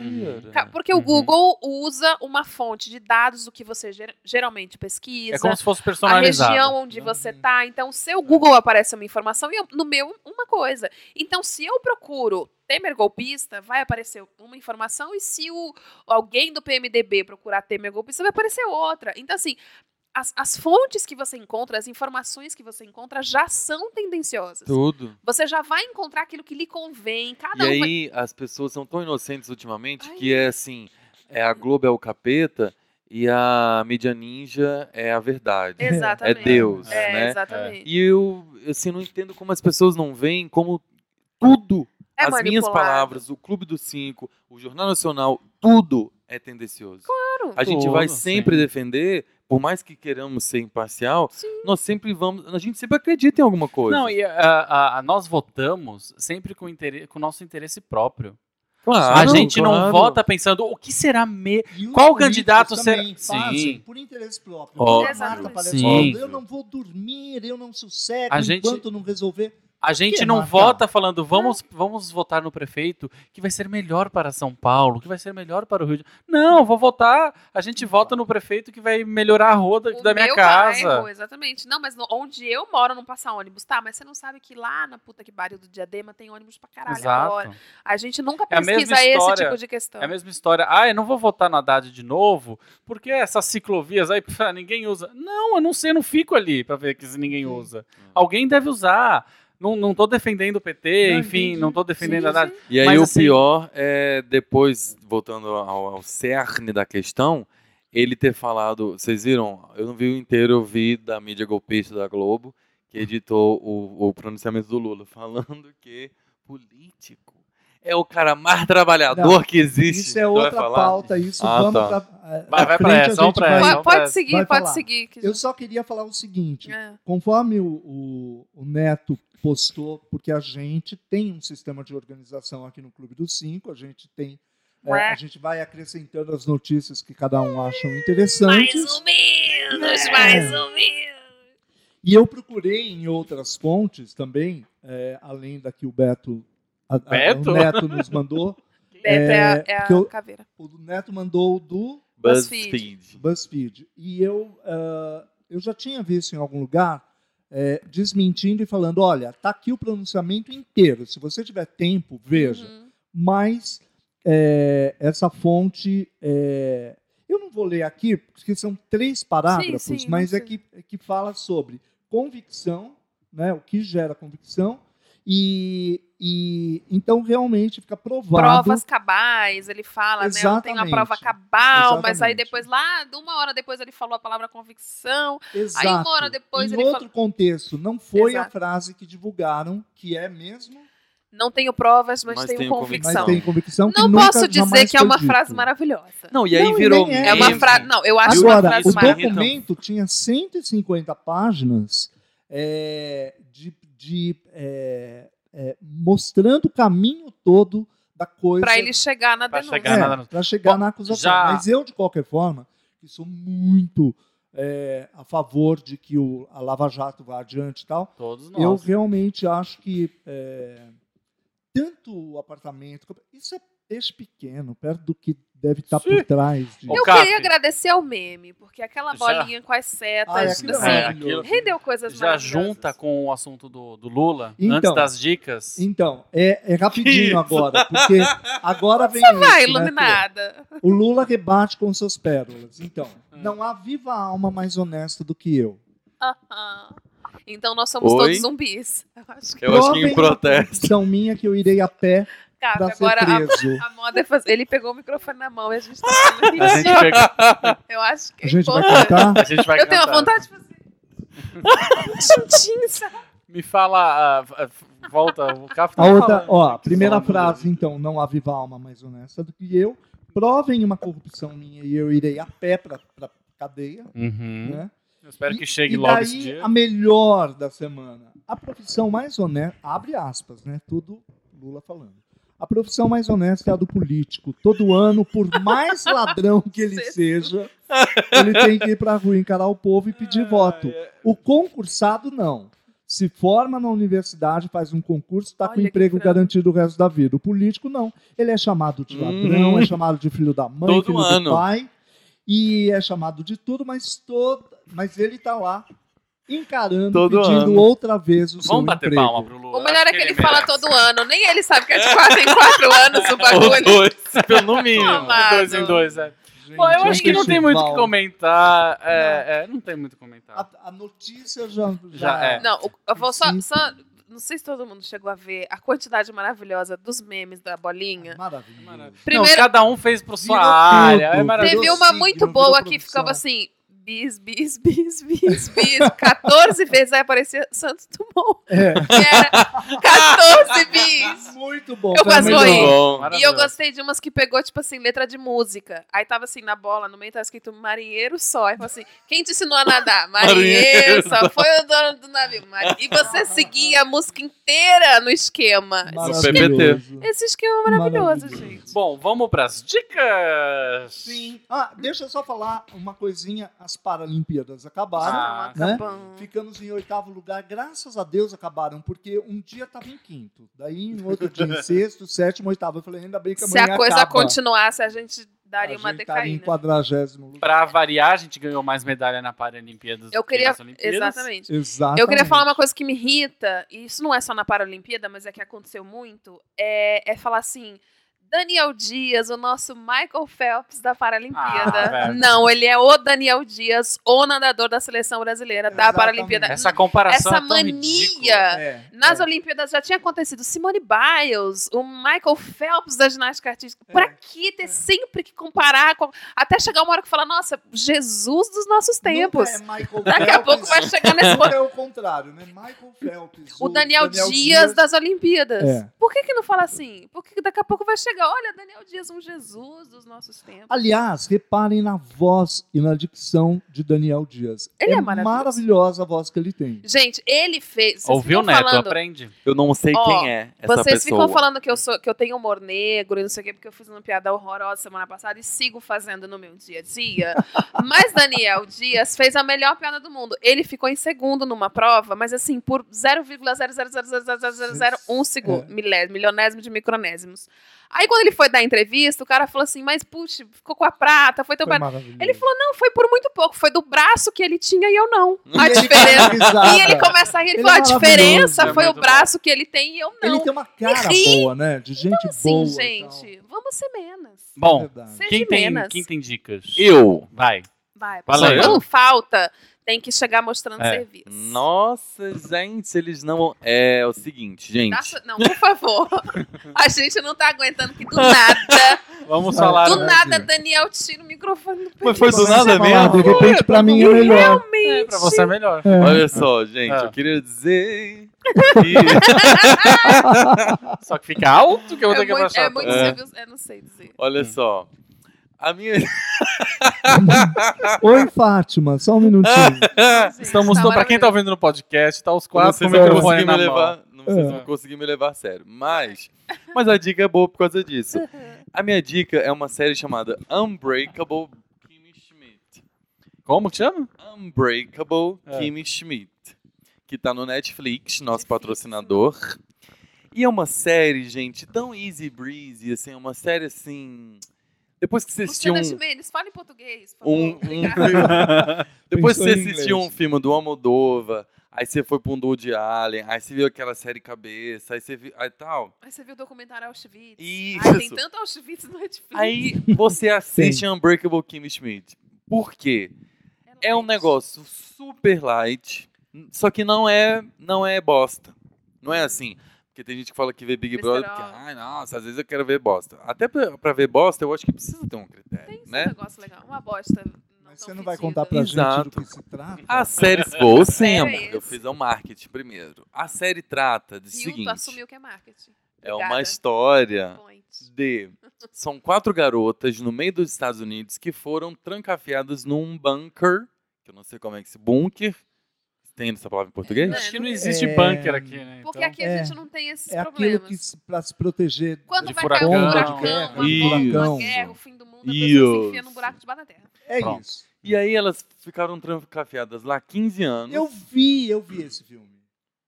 E: Ca- Porque o
F: Uhum.
E: Google usa uma fonte de dados do que você ger- geralmente pesquisa.
C: É como se fosse
E: a
C: personalizado.
E: região onde você
D: Uhum.
E: tá. Então, o seu Google aparece uma informação e eu- no meu uma coisa. Então, se eu procuro Temer golpista, vai aparecer uma informação e se o, alguém do PMDB procurar Temer golpista, vai aparecer outra. Então, assim, as, as fontes que você encontra, as informações que você encontra já são tendenciosas.
F: né? Tudo.
E: Você já vai encontrar aquilo que lhe convém. Cada
F: E
E: um vai...
F: aí as pessoas são tão inocentes ultimamente
E: Ai.
F: que é assim, é a Globo é o capeta e a mídia ninja é a verdade.
E: *laughs* Exatamente.
F: É Deus,
E: É,
F: né?
E: exatamente.
F: E eu, assim, não entendo como as pessoas não veem como tudo.
E: É
F: As minhas
E: manipulado.
F: palavras, o Clube dos Cinco, o Jornal Nacional, tudo é tendencioso.
E: Claro.
F: A gente
C: Tudo,
F: vai
C: sim.
F: sempre defender, por mais que queiramos ser imparcial,
E: Sim.
F: nós sempre vamos. A gente sempre acredita em alguma coisa.
C: Não, e a, a- a- nós votamos sempre com, intere- com o nosso interesse próprio.
F: Claro,
C: a gente não
F: claro.
C: vota pensando o que será me...
D: E os
C: Qual
D: políticos
C: candidato será-
D: também fazem
C: Sim.
D: Por interesse próprio.
F: Ó.
D: Quando a Marta
E: Exatamente.
D: Palermo
C: Sim.
D: fala, Eu não vou dormir, eu não sossego
C: A
D: enquanto
C: gente-
D: não resolver.
C: A gente
D: Que
C: não
F: é
D: marca?
C: vota
E: Ah.
C: falando vamos, vamos votar no prefeito que vai ser melhor para São Paulo, que vai ser melhor para o Rio de Não, vou votar. A gente vota no prefeito que vai melhorar a rua da-
E: O
C: da minha
E: meu
C: casa.
E: bairro, exatamente. Não, mas no- onde eu moro não passa ônibus, tá? Mas você não sabe que lá na puta que pariu do Diadema tem ônibus pra caralho agora.
C: Exato.
E: A gente nunca
C: É a mesma
E: pesquisa esse
C: história.
E: tipo de
D: Então.
E: questão.
C: É a mesma história. Ah, eu não vou votar no Haddad de novo, porque essas ciclovias aí *laughs* pff, ninguém usa. Não, eu não sei, eu não fico ali pra ver que se ninguém usa. Alguém deve usar. Não, não tô defendendo o PT,
D: Não,
C: enfim,
D: entendi.
C: não tô defendendo
E: Sim,
C: a Haddad.
F: E aí
C: Mas,
F: o
C: assim-
F: pior é depois, voltando ao, ao cerne da questão, ele ter falado, vocês viram? Eu não vi o inteiro, eu vi da mídia golpista da Globo, que editou o, o pronunciamento do Lula, *laughs* falando que político é o cara mais trabalhador
D: Não,
F: que existe.
D: Isso é
F: Tu vai
D: outra
F: falar?
D: pauta, isso
F: Ah,
D: vamos
F: tá.
D: pra, à-
C: Vai-
D: à
C: vai pra
D: frente,
C: essa,
D: a
C: vamos
D: gente
C: pra
D: vai-
C: essa.
E: Pode,
C: Não,
E: pode
C: vai-
E: seguir,
D: vai
E: pode
D: falar.
E: seguir. que-
D: Eu só queria falar o seguinte,
E: É.
D: Conforme o, o- o Neto postou, porque a gente tem um sistema de organização aqui no Clube dos Cinco, a gente tem. é,
E: Ué.
D: a gente vai acrescentando as notícias que cada um acha interessantes.
E: Ah. menos,
D: É.
E: ou menos.
D: E eu procurei em outras fontes também, é, além da que o Beto, a- a-
C: Beto?
D: o Neto nos mandou. *laughs*
E: Beto é, a- é a
D: porque eu-
E: caveira.
D: O Neto mandou do
F: BuzzFeed.
D: BuzzFeed. E eu, ah, eu já tinha visto em algum lugar eh, desmentindo e falando: olha, tá aqui o pronunciamento inteiro. Se você tiver tempo, veja.
E: Uhum.
D: Mas eh, essa fonte. eh, eu não vou ler aqui, porque são três parágrafos,
E: sim,
D: mas
E: não
D: é que, é que fala sobre convicção, né, o que gera convicção. E, e então realmente fica provado
E: Provas cabais, ele fala, né? Não tem uma
D: Exatamente.
E: prova cabal, mas aí
D: Exatamente.
E: depois lá, uma hora depois ele falou a palavra convicção.
D: Exato.
E: Aí uma hora depois
D: em
E: ele
D: outro contexto, não foi
E: Exato.
D: a frase que divulgaram, que é mesmo,
E: Não tenho provas, mas,
F: Mas
E: tenho
F: tenho
D: mas
E: convicção.
F: convicção.
D: tem convicção que
E: Não
D: nunca,
E: posso dizer
D: jamais
E: que é uma
D: foi dito.
E: frase maravilhosa.
F: Não, e aí
D: Não, e
F: virou
D: nem é.
E: É uma
D: Sim.
E: frase. Não, eu acho uma
D: Agora,
E: frase então.
D: o
E: maravilhosa.
D: documento tinha 150 páginas é, de, de, é, é, mostrando o caminho todo da coisa
E: Pra ele chegar na
C: Pra
E: denúncia.
C: chegar na-
D: para chegar
C: Bom,
D: na acusação.
C: já-
D: Mas eu, de qualquer forma, que sou muito é, a favor de que o, a Lava Jato vá adiante e tal,
C: Todos nós.
D: Eu realmente acho que é, tanto o apartamento. como- Isso é peixe pequeno, perto do que deve estar por
C: Sim.
D: trás. De...
C: Ô,
E: Eu
C: Cap.
E: queria agradecer ao meme, porque aquela
C: Já.
E: bolinha com as setas,
D: Ah, é
E: assim,
D: aquilo
C: é maravilhoso.
E: rendeu coisas
C: Já
E: maravilhosas.
C: junta com o assunto do, do Lula,
D: Então.
C: antes das dicas.
D: Então, é, é rapidinho
F: Isso.
D: agora, porque agora vem. esse,
E: Vai,
D: né,
E: iluminada. *laughs*
D: Pô? O Lula rebate com suas pérolas. Então,
F: Hum.
D: não há viva alma mais honesta do que eu.
E: Aham. Então nós somos
F: Oi?
E: todos zumbis. Eu acho que é
F: Eu acho que em
D: Provem
F: protesto.
D: São minha que eu irei a pé
E: Cabe.
D: pra ser
E: Agora a,
D: preso.
E: *laughs* a moda é fazer. Ele pegou o microfone na mão e a gente tá fazendo
C: *laughs* A
D: *laughs*
E: isso.
C: gente, pega-
E: Eu acho que é
D: A gente vai
E: importante.
D: cantar.
C: a gente vai
E: Eu tenho a
C: cantar.
E: vontade de
D: *laughs*
E: fazer. Juntinho, sabe?
C: Me fala, ah, f- volta, o Capo tá
D: A outra,
C: falando.
D: ó, a primeira
F: Só uma
D: frase, então, não há viva alma mais honesta do que eu. Provem uma corrupção minha e eu irei a pé pra, pra cadeia,
F: Hum.
C: Uhum.
D: né?
C: Eu espero que chegue
D: e
C: logo
D: daí,
C: esse dia.
D: a melhor da semana. A profissão mais honesta, abre aspas, né? Tudo Lula falando. A profissão mais honesta é a do político. Todo ano, por
C: *laughs*
D: mais ladrão que ele seja, ele tem que ir pra rua encarar o povo e pedir voto. O concursado, não. Se forma na universidade, faz um concurso, está com
E: Olha que
D: emprego
E: frango.
D: garantido o resto da vida. O político, não. Ele é chamado de ladrão,
F: Hum.
D: é chamado de filho da mãe,
F: Todo
D: filho
F: ano.
D: do pai. E é chamado de tudo, mas, todo, mas ele está lá encarando,
F: Todo
D: pedindo
F: ano.
D: outra vez o seu
C: Vamos bater
D: emprego.
C: palma pro Lula.
E: O melhor é
C: acho
E: que ele
C: merece.
E: fala todo ano. Nem ele sabe que é de quatro em quatro anos o bagulho.
F: Ou dois.
C: Pelo mínimo.
E: Amado.
C: dois em dois, é.
D: Gente,
C: Bom, eu
D: é
C: acho que não tem muito o que
D: festival.
C: comentar. É, é, não tem muito o que comentar.
D: A, a notícia já... já,
C: Já é.
E: Não, o- eu vou só,
D: Sim.
E: só- Não sei se todo mundo chegou a ver a quantidade maravilhosa dos memes da bolinha.
D: Maravilha.
C: Maravilha.
E: Primeiro,
C: não, cada um fez pra sua
D: Virou
C: área.
D: tudo,
C: É maravilhoso.
E: teve
D: virou
E: uma
D: signo,
E: muito
D: virou
E: boa que
D: produção.
E: ficava assim: bis, bis, bis, bis, bis, 14 vezes, aí aparecia Santos Dumont,
D: É.
E: que era 14 bis.
D: *laughs* Muito bom.
E: Eu
D: foi a
E: quase
D: melhor.
E: morri.
G: bom.
E: E eu gostei de umas que pegou, tipo assim, letra de música. Aí tava assim, na bola, no meio tava escrito marinheiro só. Aí falou assim, quem te ensinou a *laughs* nadar? Marinheiro só. Foi o dono do navio. Mari- E você seguia a música inteira no esquema.
G: No
D: Maravilhoso.
E: Esse esquema é maravilhoso,
D: Maravilhoso.
E: gente.
C: Bom, vamos pras dicas.
D: Sim. Ah, deixa eu só falar uma coisinha. As Paralimpíadas acabaram.
C: Ah,
E: Então,
D: né?
E: acabamos.
D: Ficamos em oitavo lugar, graças a Deus acabaram, porque um dia estava em quinto, daí em outro dia
C: *laughs*
D: em sexto, sétimo, oitavo. Eu falei, ainda bem que
E: Se
D: amanhã
E: a coisa
D: acaba.
E: continuasse, a gente daria
D: A
E: uma
D: gente estaria em
E: decaída.
D: quadragésimo lugar.
C: Pra variar, a gente ganhou mais medalha na Paralimpíadas.
E: Eu
C: do que
E: queria.
C: nas Olimpíadas.
E: Exatamente.
D: Exatamente.
E: Eu queria falar uma coisa que me irrita, e isso não é só na Paralimpíada, mas é que aconteceu muito, é, é falar assim, Daniel Dias, o nosso Michael Phelps da
C: Ah,
E: Paralimpíada.
C: velho.
E: não, ele é o Daniel Dias, o nadador da seleção brasileira da
D: Exatamente.
E: Paralimpíada.
C: Essa comparação
E: Essa
C: é tão ridícula. né?
E: mania
D: É,
E: nas
D: é.
E: Olimpíadas já tinha acontecido Simone Biles, o Michael Phelps da ginástica
C: É.
E: artística. Pra que ter sempre que comparar? com- Até chegar uma hora que fala, nossa, Jesus dos nossos tempos.
D: Nunca é Michael
E: Daqui a
D: Phelps,
E: pouco vai chegar nesse
D: nunca é o contrário, né? Michael Phelps.
E: O Daniel, Dias, das Olimpíadas.
D: É.
E: Por que, que não fala assim? Porque daqui a pouco vai chegar, olha, Daniel Dias, um Jesus dos nossos tempos.
D: Aliás, reparem na voz e na dicção de Daniel Dias.
E: Ele é maravilhoso.
D: maravilhosa a voz que ele tem.
E: Gente, ele fez. Vocês
C: Ouviu,
E: ficam
C: Neto?
E: falando,
C: Aprende.
F: Eu não sei
E: Ó,
F: quem é essa
E: Vocês
F: pessoa.
E: ficam falando que eu, sou, que eu tenho humor negro e não sei o quê, porque eu fiz uma piada horrorosa semana passada e sigo fazendo no meu dia a dia. mas Daniel Dias fez a melhor piada do mundo. Ele ficou em segundo numa prova, mas assim, por 0,0000001 segundo, milé- milionésimo de micronésimos. Aí quando ele foi dar a entrevista, o cara falou assim, mas puxa, ficou com a prata, foi tão
D: Foi
E: barato.
D: maravilhoso.
E: Ele falou, não, foi por muito pouco, foi do braço que ele tinha e eu não. A
D: E ele
E: diferença.
D: dá risada.
E: E ele começa a rir, ele
D: Ele
E: falou,
D: é
E: a diferença
C: maravilhoso.
E: foi
C: É
E: o
C: muito bom.
E: braço que ele tem e eu não.
D: Ele tem uma cara
E: ri.
D: boa, né? De gente
E: Sim,
D: boa.
E: assim,
D: então. É Ah.
E: gente, vamos ser menos.
C: Bom,
E: Seja
C: quem tem,
E: menos.
C: quem tem dicas?
F: Eu.
C: Vai.
E: Vai,
C: Fala
E: pessoal,
C: aí.
E: quando falta, tem que chegar mostrando
C: É.
E: serviço.
F: Nossa, gente, eles não. É o seguinte,
E: Dá
F: gente.
E: su- Não, por
C: *laughs*
E: favor. A gente não tá aguentando que do nada,
C: Vamos
D: Vai.
C: falar.
E: do
D: né,
E: nada, tá
D: Silvia?
E: Daniel tira o microfone do peito.
G: Mas foi do nada
D: De
G: mesmo?
D: repente, pra mim é melhor.
C: É, pra você é melhor.
F: Olha só, gente,
C: Ah.
F: eu queria dizer.
C: Só que fica alto que eu vou ter
E: É
C: que
E: muito,
C: abaixar. tá?
E: é muito
F: É.
E: serviço, eu não sei dizer.
F: Olha só. A *laughs* minha.
D: É. *laughs* Oi, Fátima, só um minutinho.
C: Estamos,
E: Tá
C: pra quem tá
E: maravilhoso.
C: ouvindo no podcast, tá os
G: Não
C: quatro com
G: sei
C: o
G: se eu
C: microfone
G: consegui
C: na
G: me
C: mão.
G: levar. Não sei se
D: É.
G: eu consegui me levar a sério. Mas. Mas a dica é boa por causa disso. A minha dica é uma série chamada Unbreakable Kimmy Schmidt.
C: Como que chama?
F: Unbreakable
C: É.
F: Kimmy Schmidt, que tá no Netflix, nosso
E: Difícil.
F: patrocinador. E é uma série, gente, tão easy breezy, assim, é uma série assim. Depois que você assistiu
E: Luciana
F: um.
E: Gimenez, fala em português. por
F: um, um
E: favor.
D: *laughs*
F: filme. Depois que
D: Pensou
F: você
D: em
F: assistiu
D: inglês.
F: um filme do Almodova, aí você foi pra um do Woody Allen, aí você viu aquela série Cabeça, aí você viu. Aí tal.
E: Aí você viu o documentário Auschwitz.
F: Isso.
E: Ai, Ah, tem tanto Auschwitz no Netflix.
F: Aí você assiste Unbreakable Kim Schmidt. Por quê? É um
E: light.
F: negócio super light, só que não é, não é bosta. Não é assim. Porque tem gente que fala que vê Big Brother porque,
E: Besterol.
F: ai, nossa, às vezes eu quero ver bosta. Até pra, pra ver bosta, eu acho que precisa ter um critério,
E: Tem esse
F: né?
E: negócio legal. Uma bosta. Não
D: Mas
E: tão
D: você não vai
E: fedida.
D: contar pra gente
F: Exato.
D: do que se trata?
F: A série Vou sim,
E: Era
F: amor.
E: esse.
F: Eu fiz é o marketing primeiro. A série trata de
E: Hilton
F: seguinte:
E: assumiu que é marketing.
F: é
E: Obrigada.
F: uma
C: Ah.
F: história
E: Point.
F: de são quatro garotas no meio dos Estados Unidos que foram trancafiadas num bunker, que eu não sei como é que se bunker. Tem essa palavra em português?
C: Acho que não existe
D: É.
C: bunker aqui, né?
E: Porque
C: Então-
E: aqui a
D: é.
E: gente não tem esses
D: É aquilo
E: problemas.
D: que, se- pra se proteger.
E: Quando
C: De
E: vai cair um
D: furacão, de
E: furacão, uma
F: guerra,
E: bomba, uma
D: isso.
E: guerra, o fim do mundo, a pessoa se
F: Isso.
E: enfia num buraco debaixo da terra.
D: É
C: Pronto.
D: isso.
F: E aí elas ficaram trancafiadas lá 15 anos.
D: Eu vi, eu vi esse filme.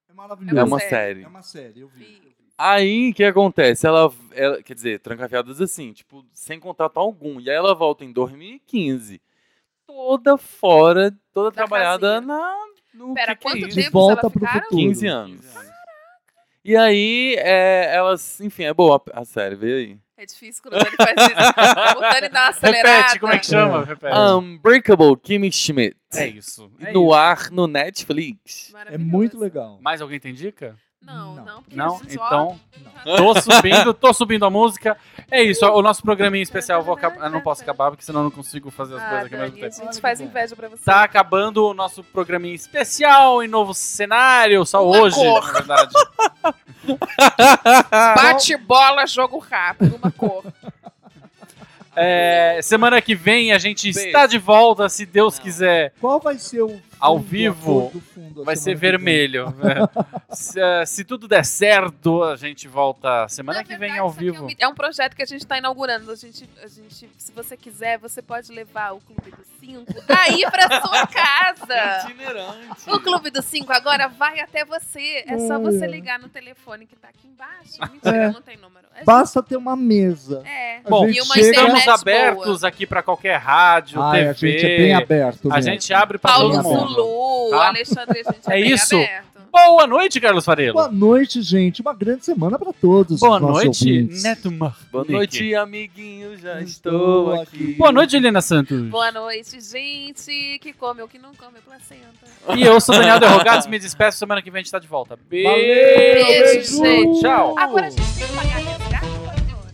D: É maravilhoso.
F: É uma
E: série.
F: série.
D: É uma série, eu vi. eu vi.
F: Aí o que acontece? Ela, ela- quer dizer, trancafiadas assim, tipo, sem contato algum. E aí ela volta em 2015, toda fora, toda trabalhada
E: casinha.
F: na no
E: Pera,
F: que que é
E: quanto
F: isso?
D: De
E: tempo
D: volta
E: elas
D: pro
E: ficaram?
D: futuro.
F: 15 anos. E aí é, elas, enfim, é boa a a série, vê aí.
E: É difícil quando o Dani faz isso. O Dani dá uma acelerada.
C: *laughs* Repete, como é que chama? Repete.
F: Unbreakable Kimmy Schmidt.
C: É isso. é
F: no
C: isso.
F: ar no Netflix.
D: É
E: Maravilhoso.
D: muito legal.
C: Mais alguém tem dica?
H: Não,
D: Não.
H: não, porque
C: Não?
H: isso só-
C: Então, tô subindo, tô subindo a música. É isso, ó, o nosso programinha especial, eu vou acab- eu não posso acabar, porque senão eu não consigo fazer as
E: Ah,
C: coisas aqui ao mesmo
E: Dani, a
C: tempo.
E: gente faz inveja pra você.
C: Tá acabando o nosso programinha especial em novo cenário, só
E: Uma
C: hoje,
E: cor.
C: na verdade.
E: Bate bola, jogo rápido,
C: *laughs*
E: uma cor.
C: É, semana que vem a gente
I: Beijo.
C: está de volta, se Deus quiser.
D: Qual vai ser o.
C: Ao
D: fundo, a
C: vivo,
D: cor do fundo a
C: Vai ser
D: semana que vem?
C: vermelho. né?
D: *laughs*
C: se, eh, se tudo der certo, a gente volta semana
E: Na
C: que
E: verdade,
C: vem ao
E: isso aqui é um
C: vivo.
E: mi- É um projeto que a gente tá inaugurando. A gente, a gente, se você quiser, você pode levar o Clube dos Cinco aí
C: *laughs*
E: pra sua casa.
I: Itinerante.
E: O Clube dos Cinco agora vai até você. É
C: Hum.
E: só você ligar no telefone que tá aqui embaixo. Mentira,
D: É.
E: não tem número. É,
D: Basta ter uma mesa.
E: é.
C: Bom,
E: e uma
D: chega-
E: internet
C: Estamos abertos aqui para qualquer rádio,
D: Ah, é,
C: TV.
D: a gente é bem aberto.
C: A
D: mesmo.
C: gente abre
E: boa.
C: para
E: Paulo
C: Tá todo
D: Bem aberto.
C: mundo.
E: Zulu,
C: Tá?
E: Alexandre, a gente
C: É
E: bem
C: isso.
E: aberto.
C: Boa noite, Carlos Farelo.
D: Boa noite, gente. Uma grande semana para todos.
C: Boa
D: os nossos
C: noite, né?
D: ouvintes.
C: Neto Martins.
I: Boa noite, amiguinho. Já
D: Estou
I: estou
D: aqui.
I: aqui.
C: Boa noite, Helena Santos.
E: Boa noite, gente. Que come ou que não come é placenta.
C: E eu sou Daniel Derrogados, me despeço, semana que vem a gente tá de volta. Beijo,
E: Beijo, gente.
C: tchau.
E: Agora a tá? gente tem que pagar resgate ou pode ir embora?